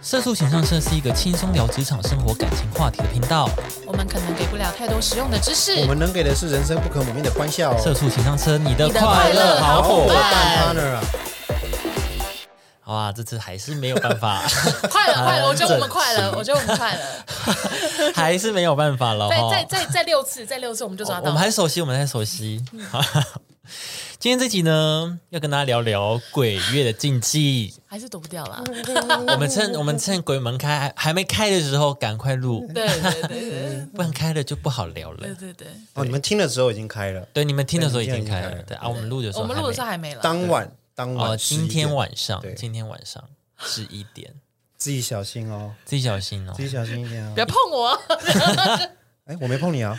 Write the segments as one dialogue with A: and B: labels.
A: 社畜请上车是一个轻松聊职场、生活、感情话题的频道。
B: 我们可能给不了太多实用的知识。
C: 我们能给的是人生不可磨灭的欢笑、哦
A: 社畜请上车，你的
B: 你
A: 快
B: 的快
A: 乐
B: 乐
A: 好
B: 好
A: 伙
B: 伙
A: 伴
B: 伴。
C: 伴 partner 啊，
A: 好啊，这次还是没有办法，
B: 快了，快了，我觉得我
A: 正
B: 们快 了，我觉得我们快了。
A: 还是没有办法
C: 哦
A: 了
B: 再
A: 哈。
B: 再再再六次，再六次我们就抓
A: 我
B: 到
A: 们。还熟悉，我们还熟悉。 今天这集呢，要跟大家聊聊鬼月的禁忌。
B: 还是躲不掉啦。
A: 我们
B: 嗯
A: 趁我们趁鬼门开还还没开的时候，赶快录，
B: 对对对对
A: 不然开了就不好聊了
B: 对。对对，
C: 哦，你们听的时候已经开了，
A: 对，你们听的时候已经开
C: 对你们听的
A: 了，
C: 时候已经开了
A: 对啊，我们录的时候
B: 我
A: 还没，
B: 们录的时候还没了。
C: 当晚当晚
A: 哦，
C: 11
A: 今天
C: 点
A: 晚上
C: 对，
A: 今天晚上十一点，
C: 自己小心哦，
A: 自己小心哦
C: 自。己小心一点
B: 不要
C: 哦。
B: 碰 我！
C: 哎，我没碰 你啊，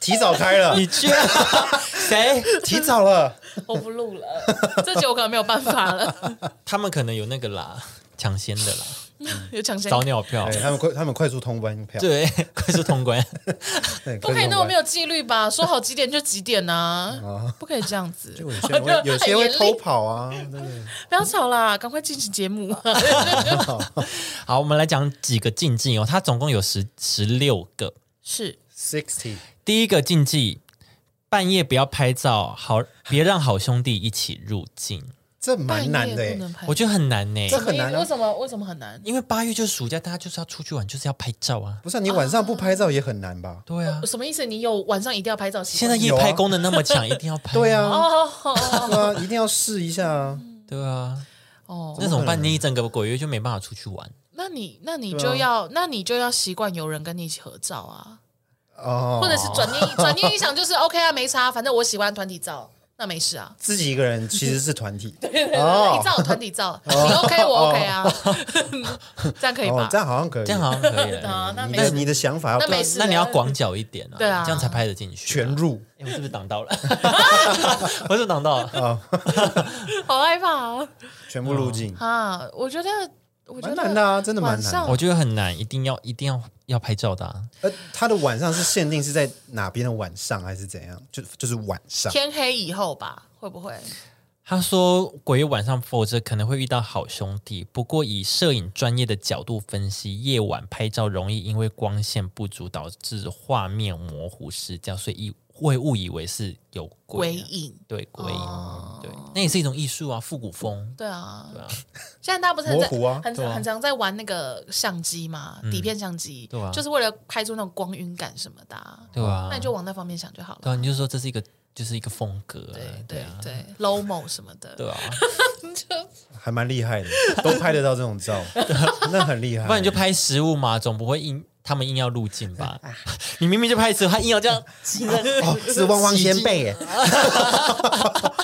C: 提早开了，
A: 你居然谁？
C: 提早了，
B: 我不录了，这集我可能没有办法了，
A: 他们可能有那个啦，抢先的啦，
B: 有抢先。
A: 早鸟票
C: 对，他们快他们快速通关票，
A: 对， 快速通关。
C: 对，
B: 不可以那么没
C: 有。
B: 有纪律吧？说好几点就几点呐，不可以这样子。
C: 哦就有些人会哎 有些人会偷跑啊，对
B: 不要吵啦，赶快进行节目。
A: 好，我们来讲几个禁忌哦，它总共有十十六个。
B: 是
C: sixty
A: 第一个禁忌，半夜不要拍照， 好，别让好兄弟一起入境。
C: 这蛮难的
B: 半夜不
C: 欸
B: 能，拍
A: 我觉得很难呢、
C: 这很难啊
B: 为什么为什么很难？
A: 因为八月就是暑假，大家就是要出去玩，就是要拍照啊。
C: 不是你晚上不拍照也很难吧？
A: 对啊，
B: 什么意思？你有晚上一定要拍照习
A: 现
B: 惯？
A: 在夜
C: 有啊
A: 拍功能那么强，一定要拍。
C: 对，啊，
B: 哦哦
C: 对啊，一定要试一下啊。
A: 对啊，
B: 哦，
A: 那怎么办？你一整个鬼月就没办法出去玩。
B: 那你那你就要、
C: 啊
B: 那你就要习惯有人跟你一起合照啊，
C: 哦，
B: 或者是转念 转念一想就是 OK 啊，没差，反正我喜欢团体照，那没事啊。
C: 自己一个人其实是团体哦
B: 一照团体照，你 OK 我 OK 啊， 这样可以
C: 哦
B: 吧，
C: 这？样好像可以，
A: 这样好像可以了。
B: 啊，那
C: 你
B: 没
C: 的
B: 事。
C: 你的想法要
B: 那没事
A: 那你要广角一点啊，
B: 对啊
A: 这样才拍得进去、
C: 全入，
A: 哎我是不是挡到了？ 我是不是挡到了。
B: 好害怕啊！
C: 全部入境，
B: 啊，我觉得我觉
C: 蛮
B: 得
C: 难的啊，真的蛮
B: 晚
C: 难的。
B: 上
A: 我觉得很难，一定要一定要要拍照的、啊。
C: 呃，他的晚上是限定是在哪边的晚上，还是怎样？就就是晚上，
B: 天黑以后吧，会不会？
A: 他说鬼晚上，否则可能会遇到好兄弟。不过以摄影专业的角度分析，夜晚拍照容易因为光线不足导致画面模糊失焦，所以以会误以为是有
B: 鬼
A: 鬼啊。
B: 影，哦
A: 对鬼影，对，那也是一种艺术啊，复古风。
B: 对啊，
A: 啊
B: 现在大家不是很
C: 模
B: 在
C: 糊啊
B: 很
A: 对啊
B: 很常在玩那个相机嘛，底片相机，
A: 嗯对啊
B: 就是为了拍出那种光晕感什么的啊。
A: 对啊
B: 那你就往那方面想就好了。
A: 对啊，你就说这是一个，就是一个风格啊、
B: 对
A: 对
B: 对
A: 啊，
B: 对，lomo 什么的，
A: 对啊，
C: 还蛮厉害的，都拍得到这种照， 那很厉害。
A: 不然你就拍食物嘛，总不会硬他们硬要入境 吧？
B: 啊
A: 你明明就拍食物，他硬要这样，
C: 哦，是汪汪仙贝耶，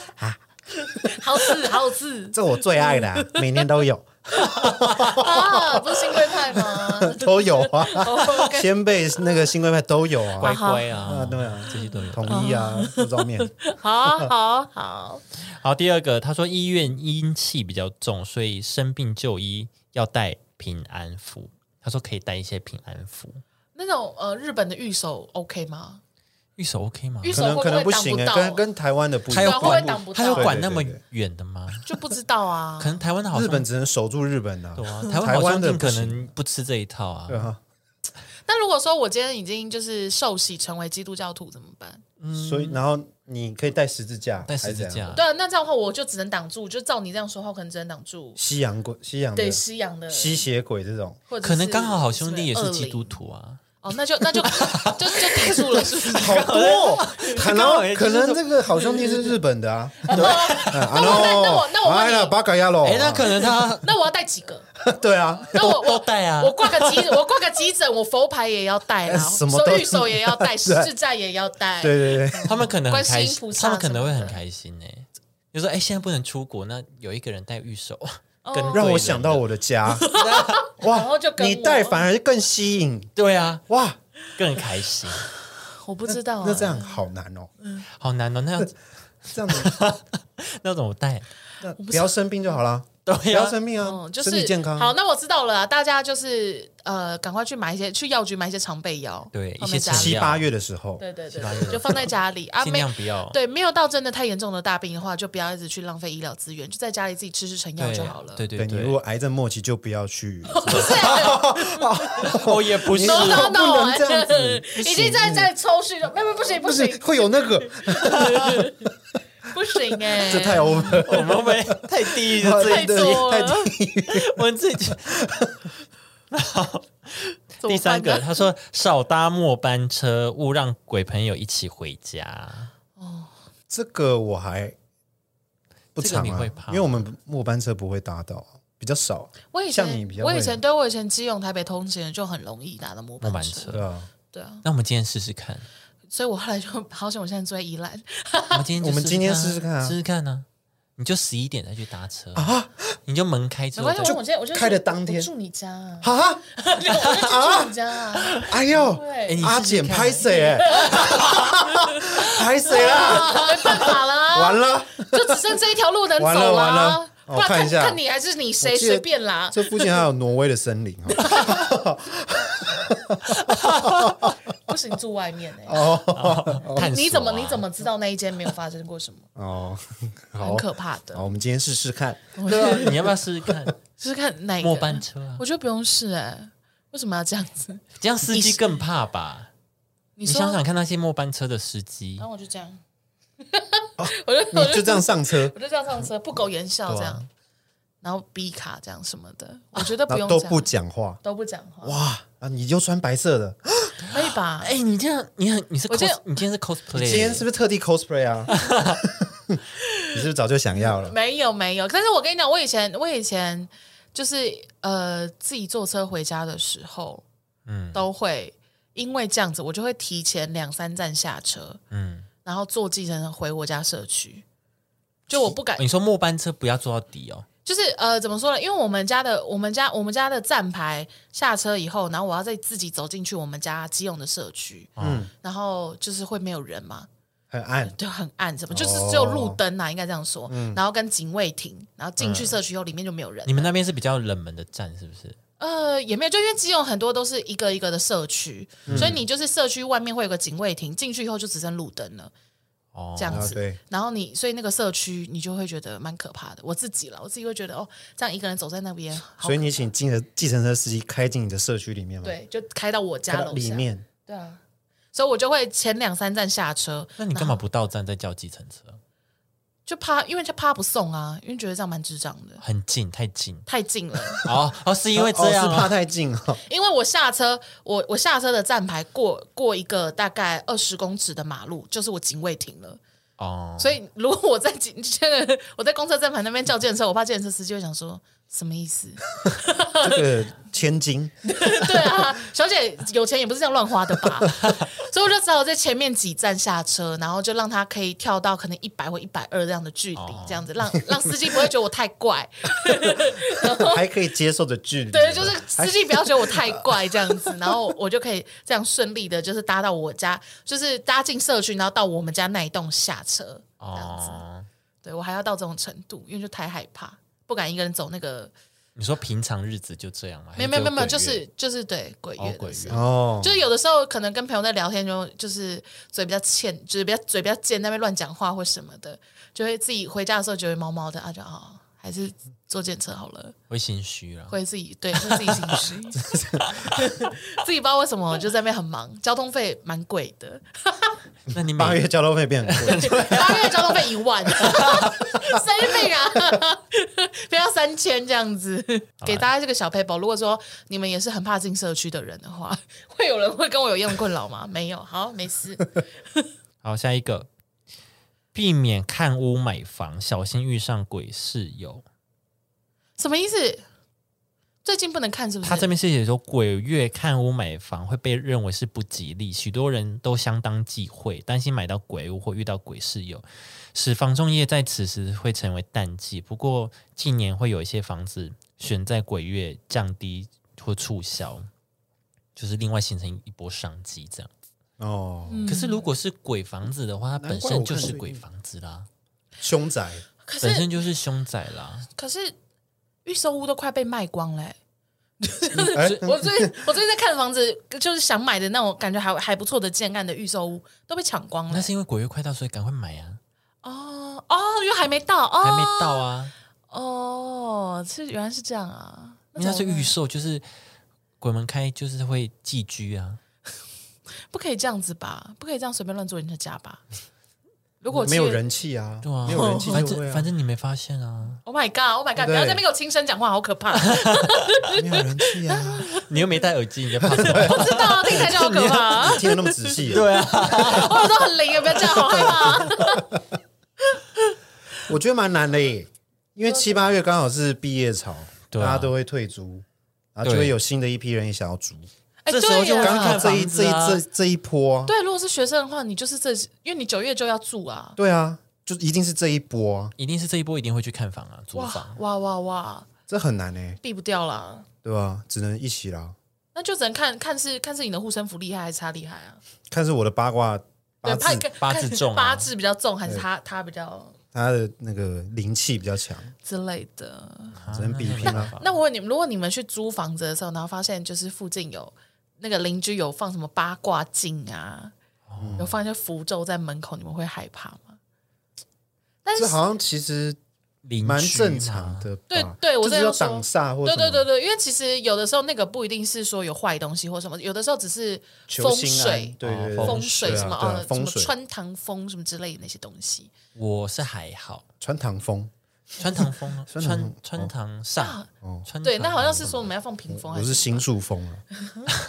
B: 好刺 好刺
C: 这我最爱的啊，每年都有，
A: 哦
B: 啊！不是新贵派 吗？
C: 都有 啊，
B: 哦，OK
C: 仙贝那个新贵派都有
A: 乖
C: 啊，
A: 乖啊
C: 啊，，对啊，
A: 这些都有。
C: 统一啊，
B: 哦
C: 护照 面，
B: 好好好，
A: 好，第二个，他说医院阴气比较重，所以生病就医要带平安符。他说可以带一些平安符，
B: 那种呃日本的御守 OK 吗？
A: 玉手 OK 吗？
B: 御
C: 可
B: 守
C: 能
B: 会
C: 可能
B: 会
C: 不
B: 挡
C: 行
B: 不
C: 哎，
B: 到
C: 跟
B: 哦？
C: 跟台湾的不一
A: 他
B: 有
A: 有
B: 对啊
A: 管
B: 会不会挡
C: 样，
B: 不到
A: 他有管
C: 对对
A: 那么
C: 对对
A: 远的吗？
B: 就不知道啊
A: 可。能台湾的好
C: 日
A: 像
C: 本只能守住日本啊
A: 对，啊，
C: 台
A: 台湾好
C: 湾
A: 像
C: 的
A: 尽可
C: 不行
A: 能不吃这一套啊
C: 对。
B: 呃
C: 啊。
B: 那如果说我今天已经就是受洗成为基督教徒怎么办？
C: 所以然后你可以带十字架，
A: 嗯带十字
C: 还是怎样，
A: 架，
B: 对啊，那这样的话我就只能挡住，就照你这样说话，我可能只能挡住。
C: 西洋鬼，西洋的
B: 对，西洋的，
C: 吸血鬼这 种，
B: 或者
A: 可能
B: 是
A: 刚好好兄弟也
B: 什
A: 是
B: 么
A: 基督
B: 恶灵
A: 徒啊。
B: 哦，那就那就 就就抵住了，是不 是？
C: 好多哦，可
A: 刚好也
C: 能
A: 就是
C: 可
A: 说
C: 能这个好兄弟是日本 的啊，对，啊那
B: 那我那我问你
C: 巴嘎亚喽，
A: 哎，那可能 他
B: 那我要带几个？
C: 对啊，
B: 那我
A: 都
B: 我
A: 带啊
B: 我挂个急，我挂个急诊，我佛牌也要带啊，
C: 什么都
B: 手玉手也要 带，十字架也要带。
C: 对对对，
A: 他们可能很
B: 观世
A: 开
B: 音
A: 心
B: 菩，萨
A: 他们可能会
B: 什么
A: 很
B: 的
A: 开心呢、就说哎、现在不能出国，那有一个人带御守，
B: 哦
A: 跟
C: 让我想到我的家，
B: 然
C: 哇
B: 后就，跟我哦
C: 你带反而更吸引，
A: 对啊，
C: 哇，
A: 更开心，
B: 我不知道啊
C: 那这样好难哦，
A: 好难哦。那要
C: 这样子
A: 那要怎么带？
C: 那不要生病就好啦，不
A: 对
C: 要
A: 呀、
C: 生病啊
B: 嗯，，就是
C: 身体健康。
B: 好，那我知道了啦，大家就是呃，赶快去买一些，去药局买一些常备药，
A: 对
B: 放
A: 一些
B: 在家
A: 常
B: 里。
A: 备
C: 七八月的时候，
B: 对对
A: 七八月
B: 对，就放在家 里啊，
A: 尽
B: 没
A: 量不要。
B: 对，没有到真的太严重的大病的话，就不要一直去浪费医疗资源，就在家里自己吃吃成药
A: 对
B: 就好了。
A: 对对
C: 对你
A: 对，
C: 如果 癌症末期就不要去，
B: 啊
A: 我哦也不是
B: no no
C: 不
B: no，
C: 能这样子不
B: 已经在
C: 行
B: 在抽蓄了，没有没有不行不
C: 不是
B: 行
C: 会有那个，
B: 不行哎，
C: 这太 over，
A: 我们 没太低了，
B: 太多了。
A: 我们自 己。
B: 怎么
A: 第三个，
B: 办呢
A: 他说少搭末班车，勿让鬼朋友一起回家。
C: 这个我还不常
A: 这个你
C: 啊
A: 会怕，
C: 因为我们末班车不会搭到，啊比较少，
B: 我以
C: 像你比
B: 前
C: 较
B: 我以
C: 会
B: 前对我以前基隆台北通勤就很容易拿到末
A: 末班
B: 班车，
A: 车
C: 对，啊。
B: 对啊，
A: 那我们今天试试看。
B: 所以我后来就好想我现在住在宜兰，
A: 我们今天就
C: 我们今天试试看啊
A: 试试看呢。你就十一点再去搭车你就门开之
B: 没
A: 后再
B: 关系，我我今天我就
C: 开的当天
B: 我住你家啊，
C: 啊！
B: 我就住你家啊，
C: 哎呦，
A: 哎
B: 对
A: 你，
C: 阿
A: 试试
C: 简
A: 看
C: 拍谁？哎，拍谁啦？
B: 啊没办法啦，
C: 完了，
B: 就只剩这一条路能
C: 完了
B: 走
C: 完
B: 啦
C: 了，
B: 不然
C: 我看
B: 看
C: 一下
B: 看你还是你谁
C: 我记得
B: 随便啦。
C: 这附近还有挪威的森林哦。
B: 不行，住外面哎、
C: 哦
A: 探索啊
B: 你怎么你怎么知道那一间没有发生过什么？
C: 哦， 好
B: 很，可怕的
C: 好，。我们今天试试看。
A: 对啊你要不要试试看
B: 就是看哪一个
A: 末班车 啊？
B: 我觉得不用试哎、为什么要这样子？
A: 这样司机更怕吧？
B: 你
A: 你
B: 说，哦
A: 想想看，那些末班车的司机
B: 然，后我就这样，我就我
C: 你就这样上车，
B: 我就这样上车，不苟言笑这样，
A: 对啊
B: 然后逼卡这样什么的，我觉得 不用
C: 然后都
B: 这样
C: 不讲话。
B: 都不讲话，
C: 哇啊！你就穿白色的，
B: 可以吧？
A: 哎，你这样你很你是
B: 我今天
A: cos 你今天是
C: 你今天
A: cosplay，
C: 是不是特地 cosplay 啊？ 你是不是早就想要了？
B: 没有没有，但是我跟你讲，我以前我以前就是呃自己坐车回家的时候，
A: 嗯
B: 都会因为这样子，我就会提前两三站下车，
A: 嗯，
B: 然后坐计程车回我家社区。就我不敢，
A: 你说末班车不要坐到底哦，
B: 就是呃，怎么说呢？因为我们家的我们家我们家的站牌下车以后，然后我要再自己走进去我们家基隆的社区，
A: 嗯
B: 然后就是会没有人嘛，
C: 很暗，
B: 就很暗，什么
C: 哦嗯
B: 就是只有路灯啊，应该这样说。然后跟警卫亭，然后进去社区以后，里面就没有人。
A: 你们那边是比较冷门的站是不是？
B: 呃，也没有，就因为基隆很多都是一个一个的社区，
C: 嗯
B: 所以你就是社区外面会有个警卫亭，进去以后就只剩路灯了，
A: 哦，
B: 这样
C: 啊
B: 子。
C: 对
B: 然后你，所以那个社区你就会觉得蛮可怕的。我自己了，我自己会觉得哦，这样一个人走在那边，好
C: 所以你请计程计程车司机开进你的社区里
A: 嗯
C: 面吗？，
B: 对，就开到我家
C: 开
B: 楼
C: 到里
B: 下。
C: 面。
B: 对啊，所以我就会前两三站下车，
A: 那你干嘛不到站再叫计程车？
B: 就怕，因为就怕不送啊，因为觉得这样蛮智障的，
A: 很近，太近。
B: 太近了。
A: 哦哦，是因为这样
C: 哦是
A: 啊、
C: 怕太近 哦。
B: 因为我下车，我我下车的站牌过过一个大概二十公尺的马路，就是我警卫亭了。
A: 哦，
B: 所以如果我在警 这个我在公车站牌那边叫电车，我怕电车司机会想说什么意思？
C: 这个 千金，
B: 对啊，小姐有钱也不是这样乱花的吧？ 所以我就只好在前面几站下车，然后就让他可以跳到可能一百或一百二这样的距离，
A: 哦
B: 这样子让让司机不会觉得我太 怪。
C: 还可以接受的距离。
B: 对，就是司机不要觉得我太怪这样子，然后我就可以这样顺利的，就是搭到我家，就是搭进社区，然后到我们家那一栋下车这样子。
A: 哦，
B: 对我还要到这种程度，因为就太害怕，不敢一个人走那个。
A: 你说平常日子哎就这样吗？
B: 没有没有没有没有，
A: 还
B: 就
A: 只鬼月
B: 是就是对鬼
A: 哦
B: 月
A: 鬼
B: 的时
A: 月
B: 候。
C: 哦，
B: 就是有的时候可能跟朋友在聊天中，就是嘴比较欠，就是比较嘴比较贱，在那边乱讲话或什么的，就会自己回家的时候觉得毛毛的啊，就啊、还是坐电车好了，
A: 会心虚啊了。
B: 会自己对，会 自己心虚，自己不知道为什么就在那边很忙，交通费蛮贵的，
A: 那你
C: 八
A: 每
C: 月交通费变很贵，
B: 八月交通费一万，神经病啊！ 不要三千这样子，给大家这个小 paper。如果说你们也是很怕进社区的人的话，会有人会跟我有一样的困扰吗？没有，好，没事。
A: 好下一个，避免看屋买房，小心遇上鬼室友。
B: 什么意思？最近不能看是不是？
A: 他这边是写说鬼月看屋买房会被认为是不吉利，许多人都相当忌讳，担心买到鬼屋或遇到鬼室友，使房仲业在此时会成为淡季。不过近年会有一些房子选在鬼月降低或促销，就是另外形成一波商机这样。
C: 哦，
B: 嗯
A: 可是如果是鬼房子的话，它
C: 难怪
A: 本身
C: 我
A: 就
C: 看
A: 是
C: 最
A: 鬼
C: 近
A: 房子啦，
C: 凶宅
B: 可
A: 本
B: 是
A: 身就是凶宅啦。
B: 可是预售屋都快被卖光了欸、
C: 哎，
B: 我最近我最近在看房子，就是想买的那种感觉还还不错的建案的预售屋都被抢光
A: 那
B: 了。
A: 是因为鬼月快到，所以赶快买啊，
B: 哦哦，因为还没到，哦、
A: 还没到。啊。
B: 哦，是原来是这样啊。
A: 因为它是预
B: 预
A: 售，就是鬼门开就是会寄居啊。
B: 不可以这样子吧？不可以这样随便乱做人家家吧？如果
C: 没有
B: 七月
C: 人气啊，
A: 对啊，
C: 没有人气
A: 反
C: 就会
A: 正
C: 啊，
A: 反正你没发现啊，
B: ，Oh my God，Oh my God，不
C: 对
B: 要在那边给我轻声讲话，好可怕！
C: 没有人气啊，
A: 你又没戴耳机，你在怕什么？
B: 知道啊，听起来就好可怕， 哦
C: 你听得那么仔 细，
A: 对 啊，
B: 我耳朵很灵，不要这样，好害怕。
C: 我觉得蛮难的耶，因为七八月刚好是毕业潮，
A: 对
C: 大
A: 啊
C: 家都会退租，然后就
A: 对
C: 会有新的一批人也想要租，
B: 哎，
A: 这时候
B: 对
A: 就
B: 呀
A: 会
C: 刚好
A: 看
C: 这一
A: 房
C: 这
A: 子
C: 一
A: 啊
C: 这这一波啊，
B: 对，如果是学生的话，你就是这，因为你九月就要住啊。
C: 对啊，就一定是这一波啊，
A: 一定是这一波一定会去看房啊，租
B: 哇
A: 房。
B: 哇哇哇，
C: 这很难哎，
B: 避不掉啦。
C: 对吧？只能一起啦，
B: 那就只能看看是看是你的护身符厉害还是他厉害啊？
C: 看是我的八卦八
B: 对，
C: 字
B: 怕看
A: 八
B: 看
A: 字重啊
B: 八字比较重，还是他他比较
C: 他的那个灵气比较强，
B: 之类的？
A: 啊
C: 只能比拼啊。
B: 那我问你们，如果你们去租房子的时候，然后发现就是附近有那个邻居有放什么八卦镜啊，
A: 哦
B: 有放一些符咒在门口，你们会害怕吗？但是
C: 这好像其实
A: 邻居啊
C: 蛮正常
A: 嘛。
C: 的吧，
B: 对对我
C: 就
B: 这
C: 是
B: 样
C: 要
B: 说
C: 挡煞或
B: 对
C: 什
B: 对
C: 么
B: 对对，因为其实有的时候那个不一定是说有坏东西或什么，有的时候只是
C: 求
B: 风
C: 心安
B: 水、
C: 啊对对对
A: 哦
B: 风
C: 对
B: 水
C: 啊
B: 什么
C: 对啊
B: 呃什
C: 风
B: 么
C: 水
B: 穿堂风什么之类的那些东西
A: 我是还好，
C: 穿堂风，
A: 穿堂风啊，
C: 穿堂
A: 穿
C: 风哦
A: 穿堂上，穿
B: 对，
A: 堂
B: 那好像是说我们要放屏风还
C: 我是心术风啊，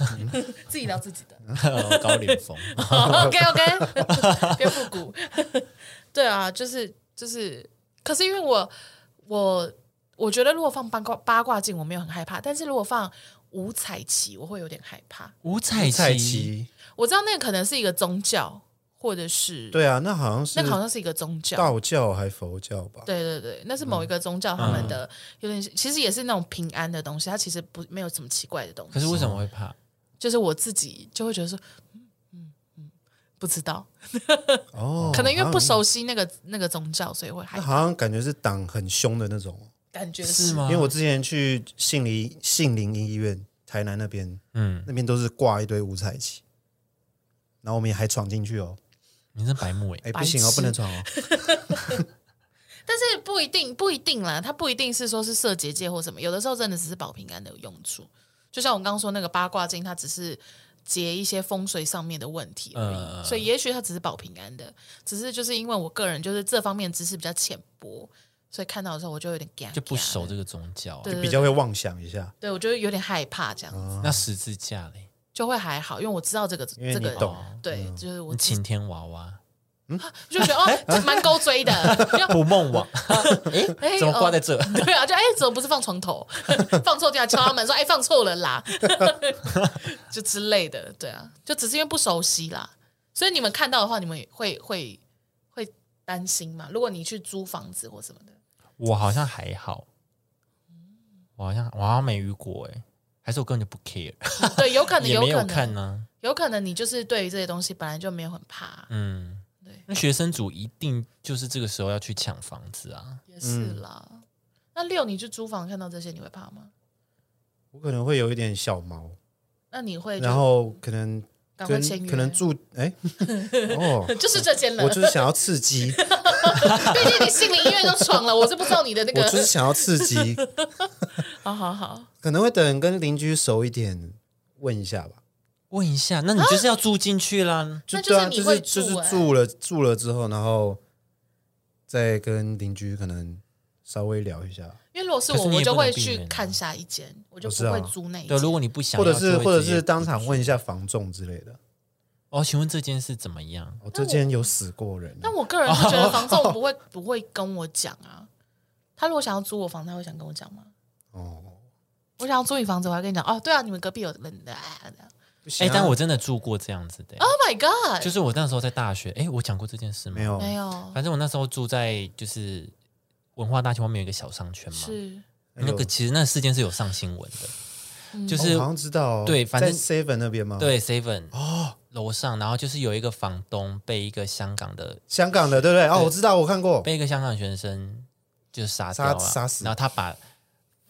B: 自己聊自己的。
A: 高领风，
B: OK OK，别复古。对啊，就是就是，可是因为我我我觉得如果放八卦八卦镜我没有很害怕，但是如果放五彩旗我会有点害怕。
A: 五彩
C: 蔡
A: 旗，
C: 奇，
B: 我知道那个可能是一个宗教，或者是
C: 对啊，那好像是
B: 那个好像是一个宗教。
C: 道教还佛教吧？
B: 对对对，那是
A: 嗯
B: 某一个宗教他们的、有点，其实也是那种平安的东西，它其实不没有什么奇怪的东西。
A: 可是为什么会怕？
B: 就是我自己就会觉得说，嗯嗯嗯，不知道，
C: 哦，
B: 可能因为不
C: 好
B: 熟悉那个那个宗教，所以会害
C: 像，那好像感觉是挡很凶的那种。
B: 感觉
A: 是啊
B: 是？
A: 吗？
C: 因为我之前去杏林杏林医院，台南那边，
A: 嗯，
C: 那边都是挂一堆五彩旗，然后我们也还闯进去哦，
A: 你是白目哎，
C: 哎，
B: 白
C: 不行哦，
B: 痴
C: 不能闯哦，
B: 但是不一定，不一定啦，它不一定是说是设结界或什么，有的时候真的只是保平安的有用处。就像我刚刚说那个八卦镜，它只是结一些风水上面的问题而已，
A: 嗯
B: 所以也许它只是保平安的，只是就是因为我个人就是这方面知识比较浅薄，所以看到的时候我就有点尴
A: 就不熟，这个宗教啊。
B: 对对
C: 比较会妄想一下，
B: 对我就有点害怕这样子，
A: 那十字架嘞，哦
B: 就会还好，因为我知道这个
C: 因为
B: 这
C: 你
B: 个
C: 懂，
B: 对，就是我
A: 你晴天娃娃、
B: 就觉得哦， 这蛮勾追的， 就
A: 捕梦网，哎，
B: 哎
A: 怎么挂在这？
B: 对啊，就哎、怎么不是放床头？ 放错地方，敲他门说哎、放错了啦， 就之类的。对啊，就只是因为不熟悉啦，所以你们看到的话，你们也会会会担心嘛？如果你去租房子或什么的，
A: 我好像还好，我好像我好像没遇过哎，还是我根本就不 care，
B: 嗯对，有可 能，
A: 也没
B: 可
A: 有看
C: 啊
A: 啊
B: 能，
A: 呢。
B: 有可能你就是对于这些东西本来就没有很怕、
A: 嗯
B: 对，
A: 那学生组一定就是这个时候要去抢房子啊，
B: 也是
C: 嗯
B: 啦。那六，你去租房看到这些，你会怕吗？
C: 我可能会有一点小毛，
B: 那你会就
C: 然后可能
B: 赶快
C: 跟
B: 签约，
C: 可能住哎哦，
B: 就是这间了
C: 我。就是想要 刺激，
B: 毕竟你心灵医院都闯了，我是不知道你的那
C: 我
B: 个。
C: 就是想要刺激，
B: 好好好。
C: 可能会等跟邻居熟一点问一下吧。
A: 问一下，
B: 啊
A: 那你就是要住进去啦。
B: 那
C: 对
B: 就是
C: 啊，就
B: 你会
C: 是就是
B: 住欸
C: 住了住了之后，然后再跟邻居可能稍微聊一下，
B: 因为如果是
A: 可
B: 我，
A: 是你也
B: 我就
A: 不能
B: 会
A: 避
B: 去
A: 免啊
B: 看下一间，我就
C: 我知
B: 不
C: 道
B: 会租那一
A: 对，
B: 间。
A: 如果你不想
C: 或
A: 要，
C: 者是
A: 就会
C: 或者
A: 直接
C: 是当场问一下房仲之类的。
A: 哦，请问这件事怎么样？
C: 哦，这间有死过人啊，
B: 但我个人是觉得房仲不会不会跟我讲啊。他如果想要租我房，他会想跟我讲吗？
C: 哦，
B: 我想要租你房子，我还跟你讲哦，对啊，你们隔壁有人的。
C: 不行
A: 哎
C: 啊，
A: 但我真的住过这样子的，欸
B: Oh my god！
A: 就是我那时候在大学，哎，我讲过这件事吗？
C: 没有
B: 没有，
A: 反正我那时候住在就是文化大学外面有一个小商圈嘛，
B: 是
C: 哎呦
A: 那个其实那事件是有上新闻的，就
C: 哦
A: 是、
C: 我好像知道哦，
A: 对反正
C: 在 Seven 那边吗？，
A: 对 Seven
C: 哦，
A: 楼上，然后就是有一个房东被一个香港的
C: 香港的对不对？哦，我知道，我看过，
A: 被一个香港学生就杀掉啊
C: 杀
A: 了，
C: 杀死
A: 然后他把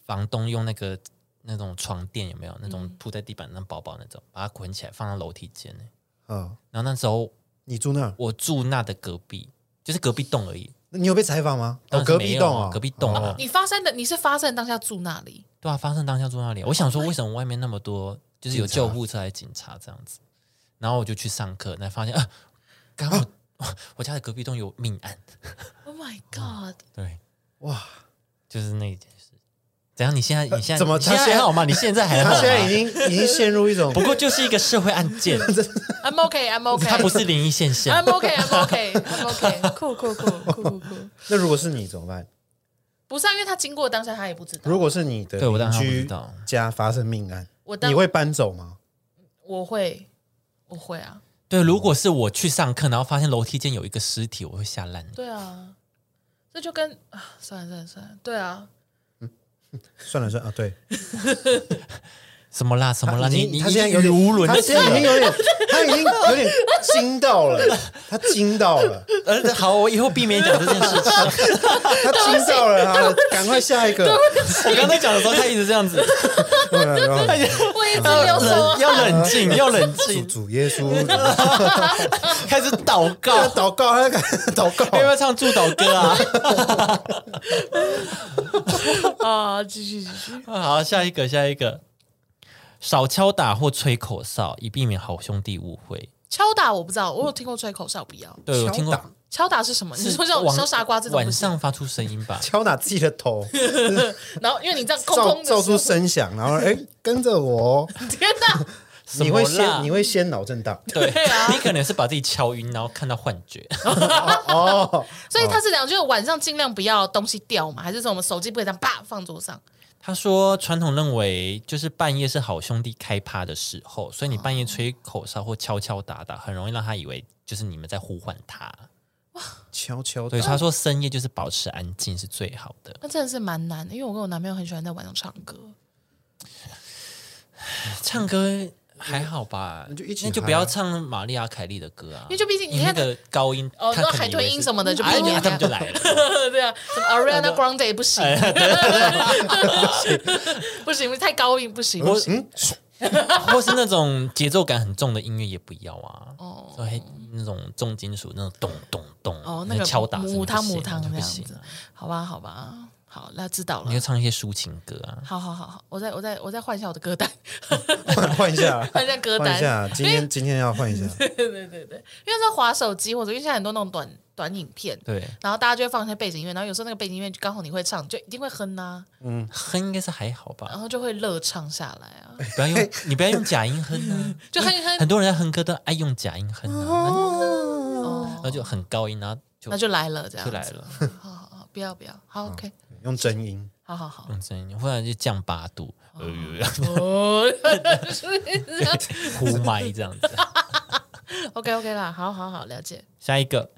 A: 房东用那个那种床垫有没有那种
C: 嗯
A: 铺在地板那薄薄那种，把它捆起来放到楼梯间呢。
C: 啊，
A: 然后那时候
C: 你住那儿？
A: 我住那的隔壁，就是隔壁栋而已。
C: 那你有被采访吗？
A: 当
C: 哦，
A: 时
C: 隔
A: 没
C: 壁
A: 有
C: 栋
A: 啊
C: 啊，
A: 隔壁栋啊
C: 哦
B: 你发生的你是发生当下住那里，
A: 对啊，发生当下住哦那里，我想说为什么外面那么多就是有救护车还是警察这样子，然后我就去上课，才发现啊，刚好我,、 我家的隔壁栋有命案，
B: Oh my god！
A: 对，
C: 哇，
A: 就是那一件事。呃怎样？你现在你现在
C: 怎么
A: 你现在
C: 他现
A: 还
C: 在
A: 好吗？你现在还好
C: 他
A: 吗？
C: 现在已经 已经陷入一种
A: 不过就是一个社会案 件，
B: I'm okay, I'm okay。
A: 它不是灵异现象
B: I'm。okay, I'm okay, I'm okay。酷酷酷酷酷酷！
C: 那如果是你怎么办？
B: 不是啊，因为他经过当下他也不知道。
C: 如果是你的
A: 对我当
C: 邻
A: 然不知
C: 居
A: 道
C: 家发生命案，
B: 我当
C: 你会搬走吗？
B: 我会我会啊，
A: 对，如果是我去上课，然后发现楼梯间有一个尸体，我会吓烂。
B: 对啊，这就跟啊，算了算了算了，对啊，
C: 算了算了啊，对，
A: 什么啦？什么啦？
C: 已
A: 你啊
C: 经
A: 你
C: 他现在
A: 你
C: 有
A: 语
C: 点
A: 无伦
C: 他
A: 次啊
C: 现在已经
A: 了。
C: 有点， 他已经有点惊到了，他惊到了，
A: 呃，好，我以后避免讲这件事情。
C: 他惊到了，他赶快下一 个，
A: 我刚才讲的时候，他一直这样子，
C: 对然后
B: 我一直有说
A: 冷要冷静，要冷
C: 主
A: 静，
C: 主耶稣，他
A: 开始祷告。
C: 祷告，他在 祷
A: 要不
C: 告，
A: 要唱祝祷歌啊？
B: 啊，继续继续，
A: 好，下一个，下一个。少敲打或吹口哨，以避免好兄弟误会。
B: 敲打我不知道，我有听过吹口哨，不要
A: 对，我听过
C: 敲打
B: 敲打是什么？你说这种
A: 晚
B: 小傻瓜这种
A: 晚
B: 不是，
A: 上发出声音吧？
C: 敲打自己的 头，
B: 然后因为你这样空
C: 造
B: 空
C: 造
B: 的时
C: 出
B: 候，
C: 声响，然后哎，跟 着我哦，
B: 天哪！
A: 什
C: 你
A: 么
C: 会
A: 啦
C: 先你会先脑 震荡，
A: 对
B: 对啊
A: 你可能是把自己敲晕，然后看到幻觉。
C: 哦，
B: 所以他是讲，就是晚上尽量不要东西掉嘛，还是说我们手机不可以这样啪放桌上？
A: 他说，传统认为就是半夜是好兄弟开趴的时候，所以你半夜吹口哨或敲敲打打，很容易让他以为就是你们在呼唤他。
C: 敲敲
A: 所以
B: 嗯
C: 打，
A: 他说，深夜就是保持安静是最好的。
B: 那真的是蛮难的，因为我跟我男朋友很喜欢在晚上唱歌。
A: 唱歌还好吧？
B: 嗯
C: 那就一起
A: 那就
C: 嗨啊
A: 不要唱玛丽亚凯莉的歌啊，
B: 因为就毕竟你
A: 那
B: 看
A: 个高音，
B: 哦，
A: 他
B: 那
A: 可能
B: 海豚
A: 以为
B: 音
A: 是
B: 什么的就不
A: 哎
B: 一
A: 呀，
B: 样，
A: 他们就来了。
B: 对啊，什么 Ariana Grande 也不行， 不行，太高音不行。
C: 我嗯，
A: 或是那种节奏感很重的音乐也不要啊。哦，黑那种重金属那种咚咚咚，
B: 哦，那个
A: 敲打声
B: 母汤
A: 不行
B: 母
A: 啊
B: 汤
A: 就
B: 那
A: 不
B: 样
A: 行
B: 子
A: 啊。，
B: 好吧，好吧，好，那知道
A: 你就
B: 了。
A: 唱一些抒情歌啊。
B: 好好好好，我再我再我再换一下我的歌单，
C: 换 换一下，
B: 换一下歌
C: 换
B: 单哎
C: 一。下，今天今天要换一下，
B: 对对对对，因为在滑手机或者因为现在很多那种短短影片，
A: 对，
B: 然后大家就会放一些背景音乐，然后有时候那个背景音乐就刚好你会唱，就一定会哼呐、
A: 哼应该是还好
B: 然
A: 吧，
B: 后就会乐唱下来 啊，
A: 不要 用你不要用假音哼啊，
B: 就哼一
A: 很
B: 哼，
A: 多人在哼歌都爱用假音哼啊，
B: 哦，
A: 那就很高音，然后就
B: 那就来了这样
A: 就
B: 子，
A: 来了，嗯
B: 好好好，不要不要，好 OK，
C: 用真音，
B: 好好 好，
A: 用真嗯音，不然就降八度，呃，
B: 哦
A: 呼麦这样子。
B: ，OK OK 啦，好好好，了解，
A: 下一个，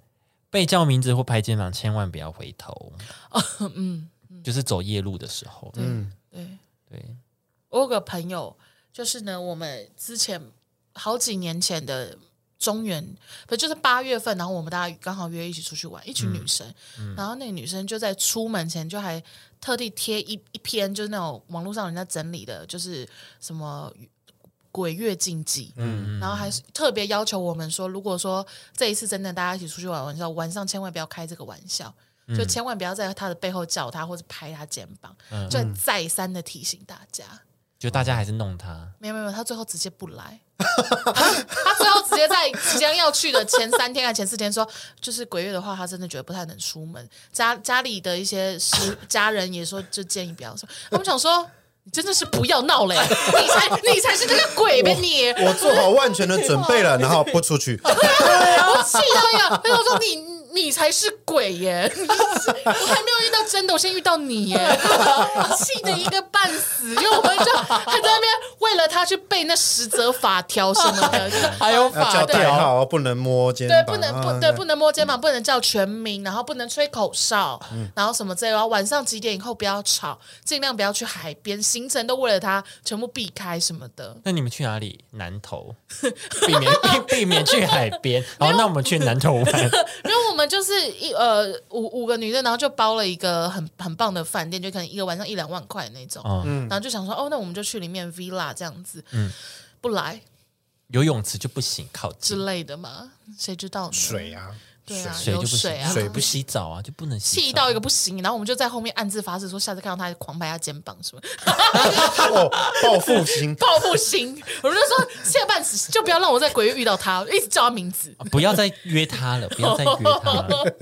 A: 被叫名字或拍肩膀，千万不要回头。嗯，就是走夜路的时候，嗯，
B: 哦对。
A: 对，
B: 我有个朋友，就是呢，我们之前好几年前的中原，不就是八月份，然后我们大家刚好约一起出去玩，一群女生，然后那个女生就在出门前就还特地贴一一篇，就是那种网络上人家整理的，就是什么。鬼月禁忌，嗯，然后还是特别要求我们说，如果说这一次真的大家一起出去玩玩笑，晚上千万不要开这个玩笑，就千万不要在他的背后叫他或者拍他肩膀，就再三的提醒大家。
A: 就大家还是弄他，
B: 没有没有，他最后直接不来， 他他最后直接在即将要去的前三天还啊前四天说，就是鬼月的话，他真的觉得不太能出门，家家里的一些师家人也说，就建议不要说。他们想说，你真的是不要闹嘞，你才你才是那个鬼呗你。
C: 我做好万全的准 备了，然后不出去，
B: 我气到呀！他说你你才是鬼耶， 我还没有遇到真的，我先遇到你耶，气得一个半死。因为我们就还在那边为了他去背那十则法条什么的，就是
A: 还有
B: 法
A: 法
C: 要叫
B: 对
C: 代号啊，不能摸肩
B: 对，
C: 膀，
B: 不能
C: 啊
B: 不对，不能摸肩膀，不能叫全名，然后不能吹口哨，然后什么之类的。然后晚上几点以后不要吵，尽量不要去海边，行程都为了他全部避开什么的。
A: 那你们去哪里？南投，避免避避免去海 边。好，那我们去南投玩。
B: 因为我们就是一呃五五个女生，然后就包了一个很很棒的饭店，就可能一个晚上一两万块那种，
A: 嗯，
B: 然后就想说哦，那我们就去里面 villa 这样子，不来
A: 游泳池就不行，靠近
B: 之类的嘛，谁知道呢？
C: 水啊，
B: 对啊，
A: 水就
B: 有
A: 不行，
B: 水啊，
A: 水不洗澡啊，就不能洗澡。
B: 气到一个不行，然后我们就在后面暗自发誓说，下次看到他狂拍他肩膀什么，，
C: 哦，报复心
B: 报复心。 我们就说下半死，就不要让我在鬼月遇到他，一直叫他名字。
A: 啊不要再约他了，不要再约他了。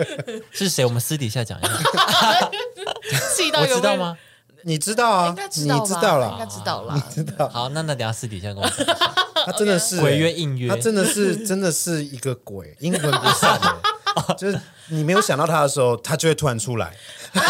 A: 是谁？我们私底下讲一下。
B: 气到
A: 我
B: 一个
A: 知道？吗？
C: 你知道 啊
B: 应该，哎知
C: 你
B: 道吧？
C: 知道
B: 应
C: 了
B: 该，知道啦。
A: 好，那那等下私底下跟我讲。
C: 他真的是
A: 鬼约硬约
C: 他真的是 真的是一个鬼，英文不 善的，就是你没有想到他的时候，他就会突然出来。
B: 他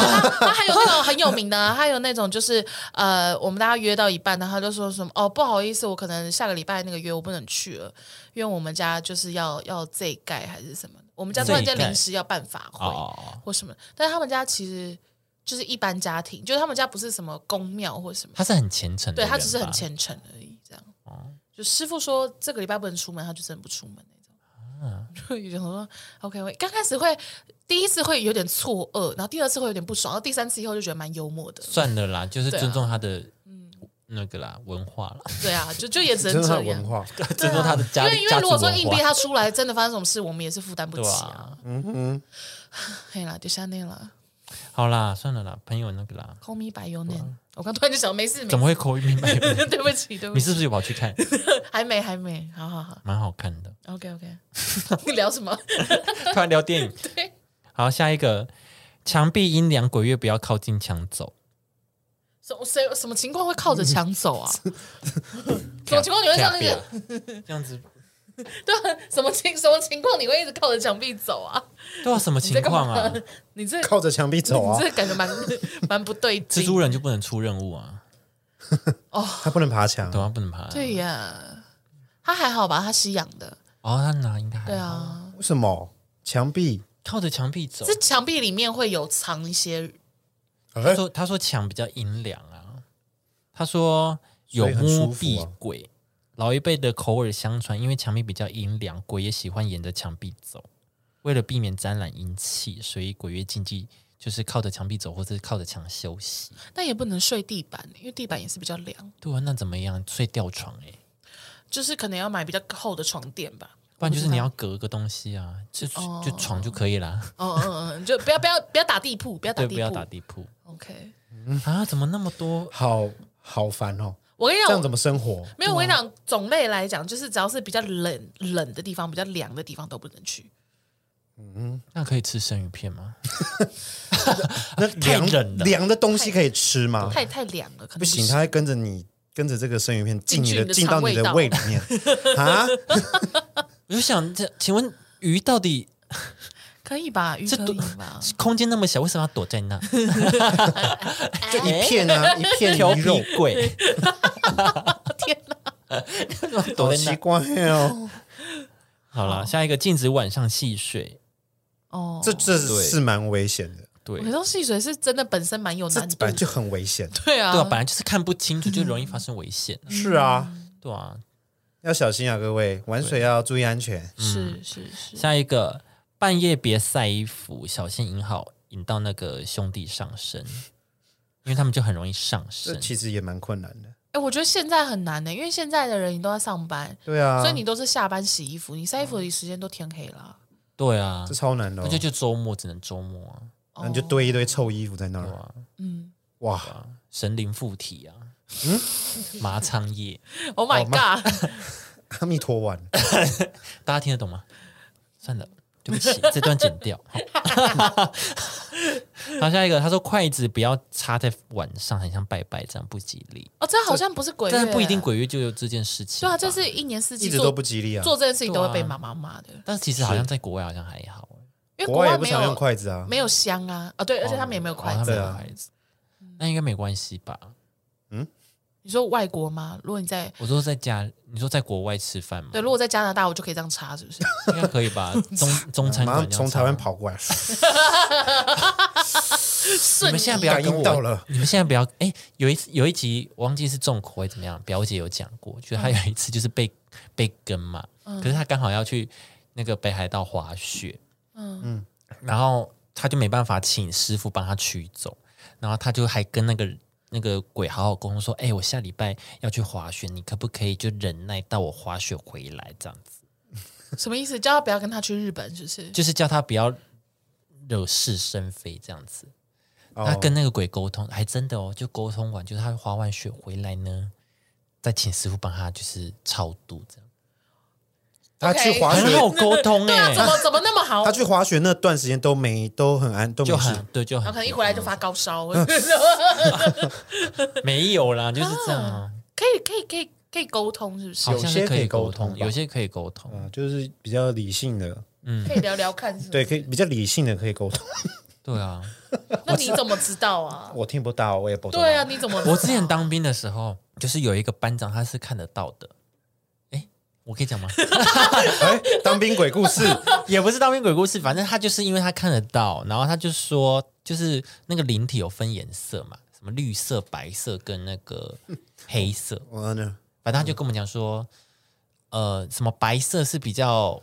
B: 还有那种很有名的啊，还有那种就是呃，我们大家约到一半，然后他就说什么哦，不好意思，我可能下个礼拜那个约我不能去了，因为我们家就是要要这一盖还是什么的，我们家突然间
A: 这一盖
B: 临时要办法会
A: 哦
B: 或什么的，但是他们家其实就是一般家庭，就是他们家不是什么宫庙或什么，
A: 他是很虔诚的
B: 对
A: 人吧，
B: 他只是很虔诚而已，这样。
A: 哦
B: 就师傅说这个礼拜不能出门，他就真的不出门那种。
A: 啊
B: 就有点说 OK，我刚开始会第一次会有点错愕，然后第二次会有点不爽，然后第三次以后就觉得蛮幽 默的。
A: 算了啦，就是
B: 对啊嗯
A: 尊重他的那个啦文化啦，
B: 对啊，就就也只能
C: 真的
B: 这
C: 很文
B: 样。
C: 化，
A: 尊重他的
B: 啊因
A: 家
B: 为
A: 里
B: 因
A: 家
B: 为
A: 族
B: 如果
A: 文
B: 说
A: 化。
B: 硬逼他出来，真的发生什么事，我们也是负担不
A: 对
B: 起啊。
A: 啊，
B: 嘿啦，就像那啦
A: 好啦，算了啦，朋友那个啦，
B: ，Call me by your name。我刚突然就想，没事，没
A: 啊怎
B: 事，
A: 么会口语明白？
B: 对不起，对不
A: 你
B: 起，
A: 是不是有跑去 看？
B: 还没，还没，好好好
A: 蛮好看的，
B: ，OK OK。你 聊什么？
A: 突然聊电影。
B: 对，
A: 好，下一个，墙壁阴凉，鬼月不要靠近墙走。
B: 什么谁什么情况会靠着墙 走啊？什么情况你会像那个
A: 啪啪这样子？
B: 对啊，什么情什么情况你会一直靠着墙壁走啊？
A: 对啊，什么
B: 你
A: 情
B: 在干
A: 况
B: 嘛
A: 啊？？
B: 你这
C: 靠着墙壁走啊
B: 你，这感觉蛮 蛮不对
A: 蜘
B: 劲。
A: 蛛人就不能出任务啊，
C: 他不能爬墙
A: 对。啊，不能爬。
B: 对呀，他还好吧？他吸氧的。
A: 哦，他拿应该还
B: 对啊，
C: 为什么？墙壁？
A: 靠着墙壁走
B: 这。墙壁里面会有藏一些，
A: 他
C: 哎，
A: 说他说墙比较阴凉啊，他说有
C: 所以很
A: 摸
C: 舒服
A: 壁
C: 啊
A: 鬼。老一辈的口耳相传，因为墙壁比较阴凉，鬼也喜欢沿着墙壁走。为了避免沾染阴气，所以鬼月禁忌就是靠着墙壁走，或者是靠着墙休息。
B: 但也不能睡地板，因为地板也是比较凉，
A: 对啊，那怎么样？睡吊床哎、
B: 就是可能要买比较厚的床垫吧。
A: 不然就是你要隔个东西啊，就
C: 哦
A: 就就床就可以啦。
B: 哦嗯嗯，就不要不要不要打地铺，不要打
A: 对，
B: 地
A: 不要
B: 铺。
A: 打地铺
B: OK，
C: 嗯
A: 啊！怎么那么多？
C: 好好烦哦，
B: 我跟你
C: 这样
B: 讲
C: 怎，么生活？
A: 啊
B: 没有，我跟你讲，种类来讲，就是只要是比较冷冷的地方、比较凉的地方都不能去。
A: 那可以吃生鱼片吗？
C: 那
A: 太
C: 凉
A: 冷了
C: 凉的东西可以吃吗？
B: 太太凉了，可能
C: 哦不行，它会跟着你，跟着这个生鱼片进你
B: 进去
C: 的
B: 你的
C: 进到你的
B: 肠胃
C: 胃里 面啊！
A: 我就想，这请问鱼到底
B: 可以吧？鱼
A: 这
B: 可
A: 都
B: 以吧？
A: 空间那么小，为什么要躲在那？
C: 就一片啊，一片
A: 哎调
C: 鱼肉，
A: 皮鬼，
B: 天哪！
A: 躲
C: 好
A: 在
C: 奇
A: 那。
C: 怪哦。
A: 好了，下一个禁止晚上戏睡。
B: 哦，
C: 这这
A: 对
C: 是蛮危险的，
A: 对，
B: 我说戏水是真的本身蛮有
C: 这
B: 难度
C: 本来
B: 的，
C: 就很危险。
B: 对啊，
A: 对啊，本来就是看不清楚，就容易发生危险。
C: 是啊，
A: 对啊，
C: 要小心啊，各位，玩水要注意安全。
B: 是是是，
A: 下一个半夜别晒衣服，小心引好引到那个兄弟上身，因为他们就很容易上
C: 这
A: 身。
C: 其实也蛮困难的。
B: 哎、我觉得现在很难呢、因为现在的人你都在上班，
C: 对啊，
B: 所以你都是下班洗衣服，你晒衣服的时间都天黑了。
A: 对啊
C: 这，超难的哦
A: 那。就就周末只能周末啊，
C: 嗯那
B: 哦
C: 你就堆一堆臭衣服在那
A: 对
C: 儿，
A: 啊，
B: 嗯
C: 哇！
A: 神灵附体啊， 麻仓叶，
B: ，Oh my
C: 哦
B: god，
C: 阿弥陀丸，
A: 大家听得懂吗？算了，对不起， 这段剪掉。好 好，下一个，他说筷子不要插在碗上，很像拜拜这样不吉利。
B: 哦，这好像不是鬼月，
A: 但是不一定。鬼月就有这件事情
B: 对
A: 吧。
B: 啊，这是一年四
C: 一
B: 季
C: 直都
B: 做
C: 不吉利啊。
B: 做这件事情都会被
A: 对啊
B: 妈妈骂的，
A: 但是其实好像在国外好像还好，欸
B: 因为
C: 国外也不
B: 没
C: 常用
B: 有
C: 筷子啊，
B: 没有香哦啊，啊对，而且他们也没有筷
A: 哦他
B: 子
A: 们
C: 对
A: 有
C: 啊
A: 筷子，那应该没关系吧？嗯
C: 嗯，
B: 你说外国吗？如果你在
A: 我说在家，你说在国外吃饭吗
B: 对，？如果在加拿大，我就可以这样查，是 不是？
A: 应该可以 吧？中中餐
C: 马
A: 馆
C: 上
A: 要
C: 从
A: 查
C: 台湾，跑过来，
A: 你们现在不要
C: 感
A: 跟
C: 应
A: 我
C: 到了。
A: 你们现在不要哎，有一次有一集我忘记是重口味怎么样，表姐有讲过，就是她有一次就是被、被跟嘛，可是她刚好要去那个北海道滑雪，嗯然后她就没办法请师傅帮她取走，然后她就还跟那个那个鬼好好沟通说，哎，我下礼拜要去滑雪，你可不可以就忍耐到我滑雪回来这样子，
B: 什么意思？叫他不要跟他去日本，是不是？
A: 就是叫她不要惹是生非这样子。他
C: 哦
A: 跟那个鬼沟通，还真的哦，就沟通完，就是他滑完雪回来呢，再请师傅帮他就是超度这样，
C: 他去
B: OK
C: 滑
A: 很
C: 雪，
A: 好沟通
B: 对啊，
A: 哎、
B: 怎么怎么那么好
C: 他？去滑雪那段时间都没都很安都没
A: 就
C: 事
A: 很，对，就
B: 然后
A: 很
B: 可能一回来就发 高烧，
A: 没有啦，就是这样啊，
B: 可以可以可以可以沟通，是不是
A: 好？像是
C: 有些可以
A: 以沟
C: 沟通吧
A: 有些可以沟通，
C: 嗯，就是比较理性的，
B: 可以聊聊看，是不
C: 对，
B: 是？
C: 可以比较理性的可以沟通。
A: 对啊，
B: 那你怎么知道啊？
C: 我听不到，我也不知道
B: 对啊，，你怎么知道？
A: 我之前当兵的时候，就是有一个班长他是看得到的，哎，我可以讲 吗？
C: 哎，当兵鬼故 事，
A: 也不是当兵鬼故事，反正他就是因为他看得到，然后他就说，就是那个灵体有分颜色嘛，什么绿色、白色跟那个黑色，
C: 我呢，
A: 反正他就跟我们讲说，呃，什么白色是比较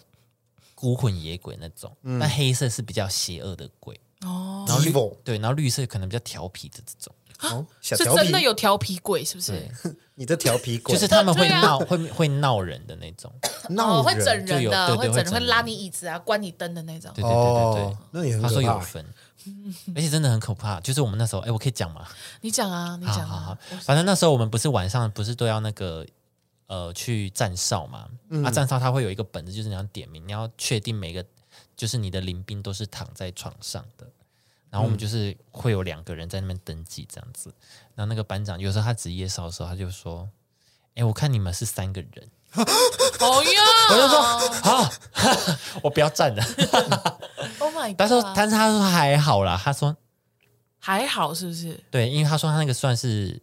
A: 孤魂野鬼那种，但黑色是比较邪恶的鬼，
B: 哦，
A: 然后绿
C: 嗯 Evil
A: 对，然后绿色可能比较调皮的这种，
C: 哦，小
B: 是
C: 调
B: 真的
C: 皮，
B: 有调皮鬼，是不哦是？
C: 你的调皮鬼
A: 就是他们会
B: 对啊
A: 闹，会会闹人的那种，
C: 闹
B: 哦，会整
C: 人，
A: 就
B: 人
A: 有
B: 的，
A: 对对
B: 会整
A: 会
B: 人，
A: 整
B: 会拉
A: 人
B: 你椅子啊，关你灯的那种。
A: 对对对对对
C: 哦，那也很
A: 他说
C: 可
A: 有
C: 怕。
A: 分，而且真的很可怕，就是我们那时候，哎，我可以讲吗？
B: 你讲啊，你
A: 好
B: 讲
A: 好
B: 啊
A: 好，，反正那时候我们不是晚上不是都要那个呃去站哨嘛？啊，站哨他会有一个本子，就是你要点名，你要确定每个就是你的临兵都是躺在床上的。然后我们就是会有两个人在那边登记这样子。然后那个班长有时候他值夜哨的时候，他就说：“哎，我看你们是三个 人。
B: 哦哟，”
A: 我就说：“好，我不要站 了。
B: ，Oh my ” God，
A: 他说：“但是他说还好啦。”他说
B: 还好是不是？：“
A: 对，因为他说他那个算是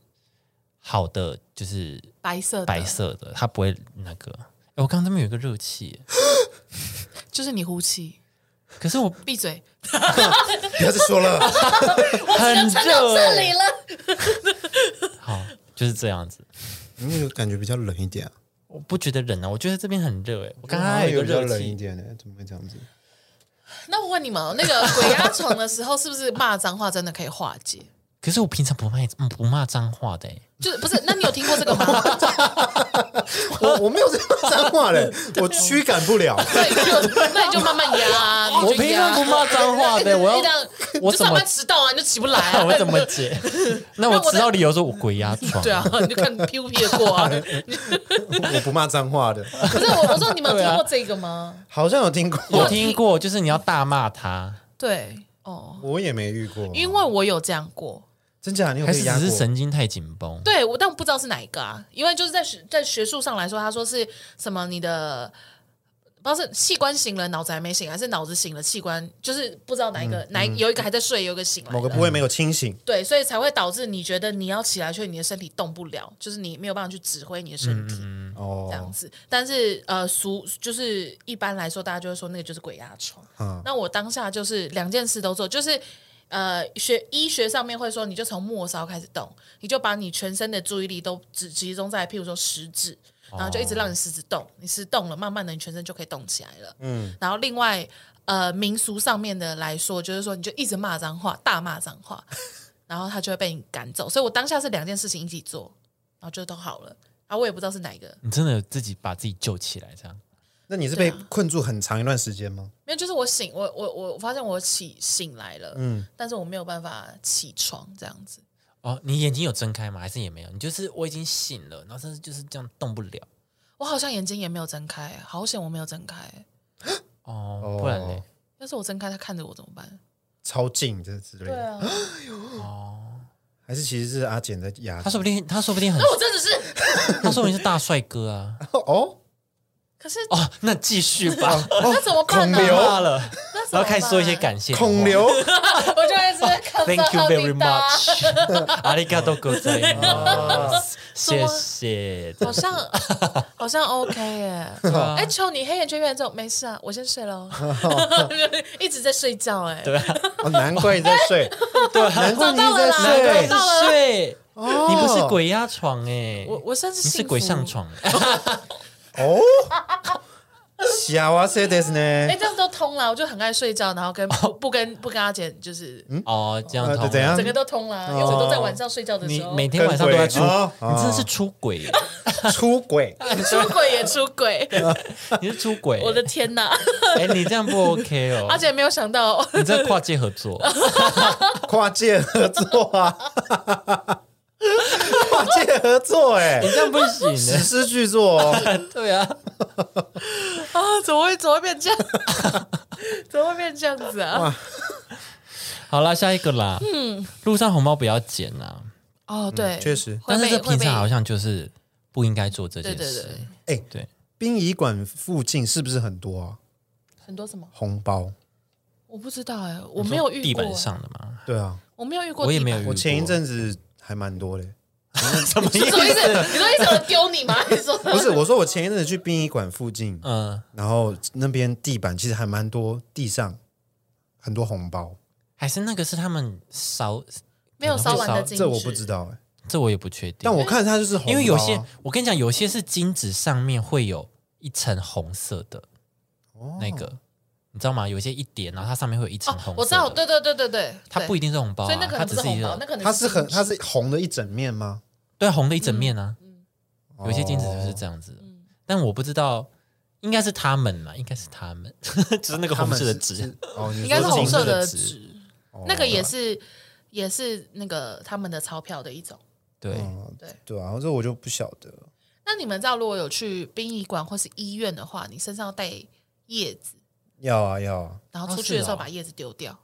A: 好的，就是
B: 白色的
A: 白，色的，它不会那个。诶我刚刚那边有一个热气耶，
B: 就是你呼气，
A: 可 是我
B: 闭嘴，
C: 不要再说 了，
A: 很热
B: 这
A: 哎，
B: 里了。
A: 好，就是这样子。
C: 那个感觉比较冷一点啊。
A: 我不觉得冷啊，我觉得这边很热哎，我刚刚
C: 刚
A: 还
C: 刚
A: 有一个
C: 比较
A: 热
C: 冷一
A: 气，
C: 点呢，怎么会这样子？
B: 那我问你们哦，那个鬼压床的时候，是不是骂脏话真的可以化解？
A: 可是我平常不骂嗯不骂脏话的哎，
B: 就是不是？那你有听过这个吗？
C: 我我没有这样脏话嘞，我驱赶不了。
B: 对，就那你就慢慢压啊，你
A: 我
B: 就
A: 平
B: 压
A: 常不骂脏话的，我
B: 你这
A: 要
B: 样
A: 我
B: 就
A: 怎
B: 上
A: 么
B: 班迟到啊，你就起不来 啊。
A: 我怎么 解？那我知道理由说我鬼压床，
B: 对啊，你就看 P 不 P 得过 啊？
A: 啊
C: 我不骂脏话的，
B: 不是我，我说你们有听过这个吗？
C: 好像有听过，
A: 我听过，就是你要大骂 他，
B: 对，哦，
C: 我也没遇过。
B: 因为我有这样过。
C: 真假？你有
A: 还
C: 被
A: 是
C: 压
A: 只
C: 过
A: 是？神经太紧绷？
B: 对，我但我不知道是哪一个啊，因为就是在学在学术上来说，他说是什么你的。不知道是器官醒了，脑子还没醒，还是脑子醒了，器官就是不知道哪一个、哪一有一个还在睡，有一个醒来
C: 嗯某个
B: 了，
C: 部位没有清醒，
B: 对，所以才会导致你觉得你要起来，却你的身体动不了，就是你没有办法去指挥你的身体、
A: 嗯
B: 这样
C: 哦，
B: 子。但是呃，俗就是一般来说，大家就会说那个就是鬼压床。
C: 嗯
B: 那我当下就是两件事都做，就是呃，学医学上面会说，你就从末梢开始动，你就把你全身的注意力都只集中在，譬如说食指，然后就一直让你食指动，你食指动了，慢慢的你全身就可以动起来了。嗯，然后另外呃，民俗上面的来说，就是说你就一直骂脏话，大骂脏话，然后他就会被你赶走。所以我当下是两件事情一起做，然后就都好了。啊，我也不知道是哪一个，
A: 你真的有自己把自己救起来这样？
C: 那你是被
A: 啊
C: 困住很长一段时间吗？
B: 没有，就是我醒，我我我我发现我起醒来了，嗯，但是我没有办法起床，这样子。
A: 哦，你眼睛有睁开吗？还是也没有？你就是我已经醒了，然后但是就是这样动不了。
B: 我好像眼睛也没有睁开，好险我没有睁开。
A: 哦，不然嘞
C: 哦，
B: 要是我睁开，他看着我怎么办？
C: 超近这之类的，
B: 啊，
C: 还是其实是阿简在压？
A: 他说不定，他说不定 很，
B: 那我真的是，
A: 他说不定是大帅哥啊。
C: 哦，
B: 可是
A: 哦，那继续吧，
B: 那怎么办呢？
C: 孔刘
A: 怕了，
B: 那
A: 然
B: 怎么
A: 后开始说一些感谢哦的话。
C: 孔刘
B: 我就一直 看
A: Thank you very
B: 到
A: much，阿里嘎多哥在。谢谢。
B: 好像好像 OK 耶。
A: 啊
B: 哎、求你黑眼圈越来越重，没事啊，我先睡了。 一直在睡觉哎、
A: 对啊，
C: 哦，难怪你在睡，
A: 对啊，
C: 难怪你一直
B: 找到
A: 难
B: 了
C: 在
B: 啦
C: 睡。
A: 怪是睡，
C: 哦
A: 你不是鬼压床哎，
B: 我我算是
A: 你
B: 幸
A: 是
B: 福
A: 鬼上。床，
C: 哦， 幸せです
B: 哎、
C: ね。
B: 这样都通了，我就很爱睡觉，然后跟不不跟不跟阿简，就是
A: 哦，这样
C: 呃
A: 痛
C: 怎样
B: 整个都通了，
C: 嗯
B: 因为我都在晚上睡觉的
A: 你
B: 时候。
A: 每天晚上都在出，
C: 跟鬼哦
A: 你真的是出轨耶，
C: 出轨，
B: 出轨也出 轨，
A: 你是出轨耶，
B: 我的啊天哪！
A: 哎，你这样不 OK 哦
B: 阿，姐没有想到，
A: 你这跨界合作，
C: 跨界合作啊， 跨界合作，哎
A: 你，这样不行欸
C: 史
A: 的，
C: 诗巨作 哦，
A: 对啊，
B: 啊，怎么会怎么会 变这样？怎么会变这样子啊？
A: 好啦，下一个啦，嗯，路上红包不要捡啊，
B: 哦，对，
C: 嗯确实
B: 会
A: 但是
B: 被
A: 这平常好
B: 会
A: 像就是不应该做这
B: 被
A: 件
B: 对对
A: 事
B: 对，，
C: 哎，
A: 对，
C: 殡仪馆附近是不是很多啊？
B: 很多什么
C: 红包，
B: 我不知道哎，我没有遇过
A: 地板，上的嘛，
C: 对啊，
B: 我没有遇过，
A: 我也没有遇。 过，
C: 我前一阵子还蛮 多的。
A: 什么意
B: 你
A: 思？
B: 说意思？ 你说意思我丢你吗？ 你说
C: 不是，我说我前一阵子去殡仪馆附近，
A: 嗯，
C: 然后那边地板其实还蛮多，地上很多红包，
A: 还是那个是他们烧，
B: 没有烧完的金纸，
C: 这我不知道哎、
A: 这我也不确定。
C: 但我看它就是红包啊、
A: 因为有些，我跟你讲，有些是金纸上面会有一层红色的
C: 哦
A: 那个，你知道吗？有些一点，然后它上面会有一层
B: 哦
A: 红色，的
B: 我知道，对对对对对，
A: 它不一
B: 一，
A: 定是红包、啊，
B: 所以那可
A: 它
B: 能不
A: 只
B: 是
A: 一
B: 红包，
A: 个
B: 那可能
C: 它是很
B: 金纸
C: 它是红的一整面吗？哦
A: 对红的一整面啊。有些金纸就是这样子，
B: 嗯
A: 但我不知道，应该是他们嘛，应该是他们， 就是那个
C: 他
A: 红
C: 们
A: 色的
C: 是
A: 纸，
C: 是哦，你
B: 应该是
C: 说
B: 红色的
A: 金色的
B: 纸，那个也是也是那个他们的钞票的一种。
A: 对，
C: 哦
B: 对
C: 对啊，这我就不晓得了。
B: 那你们知道，如果有去殡仪馆或是医院的话，你身上要带叶子，
C: 要啊要啊，
B: 然
A: 哦
B: 后出去的时候
A: 是哦
B: 把叶子丢掉，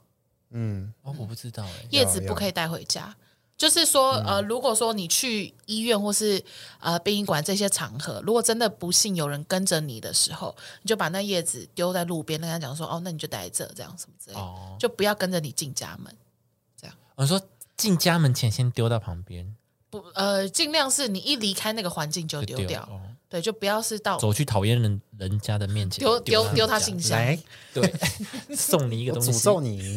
C: 嗯，
A: 哦，我不知道哎、
B: 叶子不可以带回家。就是说，呃，如果说你去医院或是呃殡仪馆这些场合，如果真的不幸有人跟着你的时候，你就把那叶子丢在路边，跟他讲说，哦，那你就待这，这样什么之类的，
A: 哦，
B: 就不要跟着你进家门。
A: 我说进家门前先丢到旁边，
B: 不，呃，尽量是你一离开那个环境就
A: 就
B: 丢
A: 丢
B: 掉，
A: 哦
B: 对，就不要是到
A: 走去讨厌人人家的面前，
B: 丢丢丢他
A: 家
B: 信箱。
C: 来，
A: 对，送你一个
C: 我
A: 东西，
C: 诅 咒你，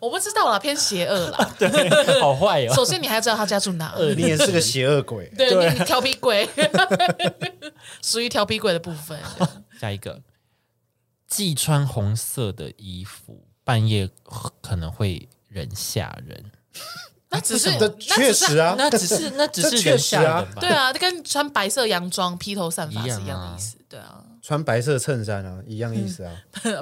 B: 我不知道啦，偏邪恶 啦。
A: 对， 好坏哦。
B: 首先，你还要知道他家住哪，
C: 你也是个邪恶鬼。啊
B: 对你你调皮鬼，属于调皮鬼的部分。
A: 下一个，既穿红色的衣服，半夜可能会人吓人。
B: 那只是
C: 这
B: 那只
C: 确
B: 是
C: 实啊，
A: 那只是那只是人吓人吧？
B: 对，啊，跟穿白色洋装披头散发
A: 一
B: 是
A: 样
B: 一样的
A: 啊
B: 意思。对啊，
C: 穿白色衬衫啊，一样意思啊。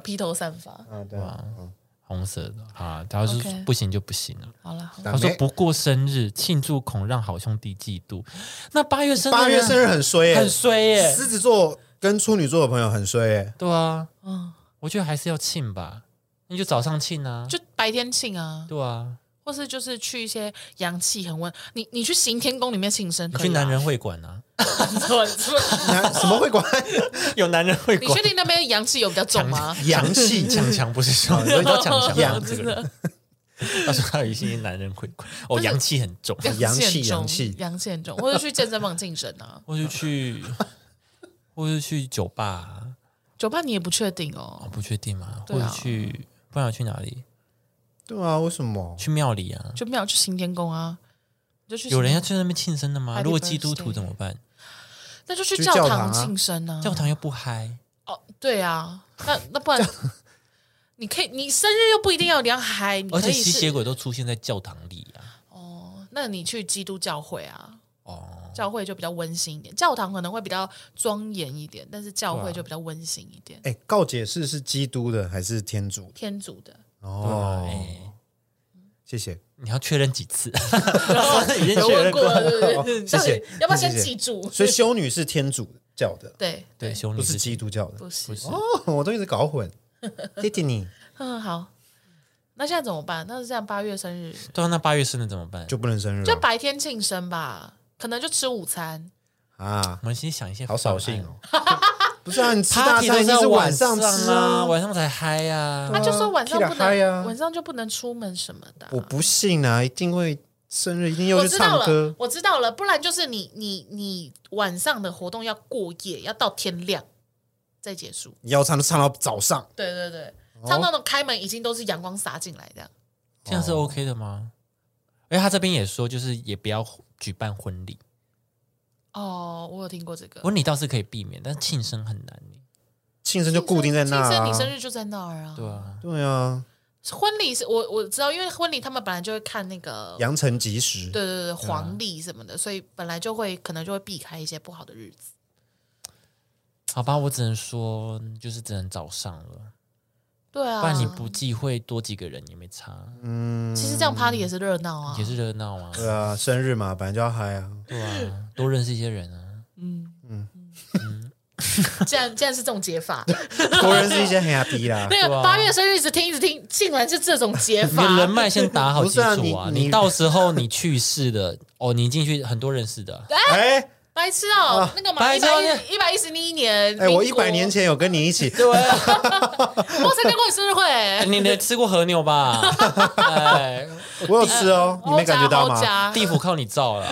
B: 披头散发。
C: 啊，对啊，嗯
A: 红色的啊，他说
B: OK
A: 不行就不行了。
B: 好了，好啦
A: 他说
C: 没
A: 不过生日庆祝恐让好兄弟嫉妒。那八月生日呢
C: 八月生日很衰耶，
A: 很衰耶，
C: 狮子座跟处女座的朋友很衰耶。
A: 对啊，
B: 嗯，
A: 我觉得还是要庆吧，那就早上庆啊，
B: 就白天庆啊，
A: 对啊，
B: 或是就是去一些阳气很温。你你去行天宫里面庆生
A: 你
B: 可
A: 去
B: 以啊，
A: 男人会馆 啊，
C: 男什么 会管
A: 有男人会
B: 你确定那边阳气有比较重吗？
C: 阳气？
A: 强强不是说你
C: 哦你
A: 要
C: 要
A: 强 强
C: 阳
A: 这个人。他说他有一些男人会管，哦，阳气很重。
B: 啊
C: 阳气
B: 气
C: 阳气
B: 阳气很重，或者去健身房庆生啊。
A: 我就去，我就去酒吧啊，
B: 酒吧你也不确定
A: 我
B: 哦，
A: 不确定嘛，或
B: 对
A: 者
B: 啊
A: 去，不然我去哪里？
C: 对啊，为什么？
A: 去庙里啊。
B: 就没有去行天宫啊，你就去
A: 有人要
B: 行
A: 去那边庆生的吗？
B: Happy
A: 如果基督徒
B: birthday
A: 怎么办？
B: 那就去
C: 去
B: 教
C: 教
B: 堂
C: 堂啊
B: 庆生啊。
A: 教堂又不嗨，
B: 哦，对啊，那那不然你可以，你生日又不一定要你要嗨，你
A: 而
B: 可
A: 且
B: 以
A: 吸血
B: 是
A: 鬼都出现在教堂里啊。
B: 哦，那你去基督教会啊，
A: 哦，
B: 教会就比较温馨一点，教堂可能会比较庄严一点，但是教
A: 对啊
B: 会就比较温馨一点。
C: 哎，告解室是基督的还是天主的？
B: 天主的，
A: 对啊，
C: 哦，
A: 哎，
C: 谢谢。
A: 你要确认几 次？已经
B: 有
A: 确
B: 问
A: 认
B: 过了，对对对
C: 谢谢
B: 到底要不要
C: 谢
B: 先
C: 谢
B: 记住？
C: 所以修女是天主教的，
B: 对
A: 对，修女
C: 不
A: 嗯
C: 是
A: 是
C: 基督教的。
B: 不是，
C: 哦，我都一直搞混。弟弟你
B: 嗯，好。那现在怎么办？那是这样，八月生日
A: 对啊，那八月生日怎么办？
C: 就不能生日
B: 就
C: 了
B: 白天庆生吧，可能就吃午餐。
C: 啊？
A: 我们先想一些
C: 好
A: 方
C: 扫
A: 案
C: 兴哦。不是啊，你吃大
A: party 都
C: 餐一定是晚
A: 上
C: 上吃
A: 啊，
C: 啊。
A: 晚上才嗨啊呀、
B: 他就说晚上不
C: 呃屁啦嗨
B: 能，
C: 啊
B: 晚上就不能出门什么的啊、
C: 我不信啊，一定会生日一定要
B: 我
C: 去
B: 知道
C: 唱
B: 了
C: 歌，，
B: 我知道了，不然就是你你你晚上的活动要过夜，要到天亮再结束。
C: 你要唱就唱到早上，
B: 对对对，
C: 哦
B: 唱到那种开门已经都是阳光洒进来这样。
A: 这样是
C: 哦
A: OK 的吗？而且他这边也说，就是也不要举办婚礼，
B: 哦，我有听过这个。
A: 婚礼倒是可以避免，但是庆生很难欸耶
C: 庆生就固定在那
B: 庆生
C: 啊
B: 你。生日就在那儿啊。
A: 对啊，
C: 对啊，
B: 婚礼是我我知道，因为婚礼他们本来就会看那个，
C: 扬尘即时。
B: 对对对，黄历什么的，所以本来就会可能就会避开一些不好的日子。
A: 好吧，我只能说，就是只能早上了，
B: 对啊，
A: 不然你不忌讳多几个人也没差，
B: 其实这样 party 也是热闹啊
C: 嗯
A: 也。是热闹啊，
C: 对啊，生日嘛，本来就要嗨啊。
A: 对 啊，多认识一些人啊。
B: 既然既然是这种解 法，
C: 国人是一些 happy 啦。
B: 那
A: 对
B: 个
A: 啊
B: 八月生日一直听一直听，竟然是这种解
A: 你 的人
B: 法。
A: 脉先打好
C: 不
A: 基
C: 是啊
A: 础啊！
C: 你
A: 你
C: 你
A: 到时候你去世的哦，你进去很多认识的，
C: 哎
B: 白痴哦，那个嘛，
A: 白
B: 一
A: 痴
B: 百
A: 哦
B: 一一百一十一年，
C: 哎，我一
B: 民国
C: 百年前有跟你 一起，
A: 对啊，
B: 我参加过你生日 会，
A: 你得吃过和牛 吧？哎，
C: 我有吃哦，你没感觉到吗
B: 欧？家
A: 地府靠你造 了，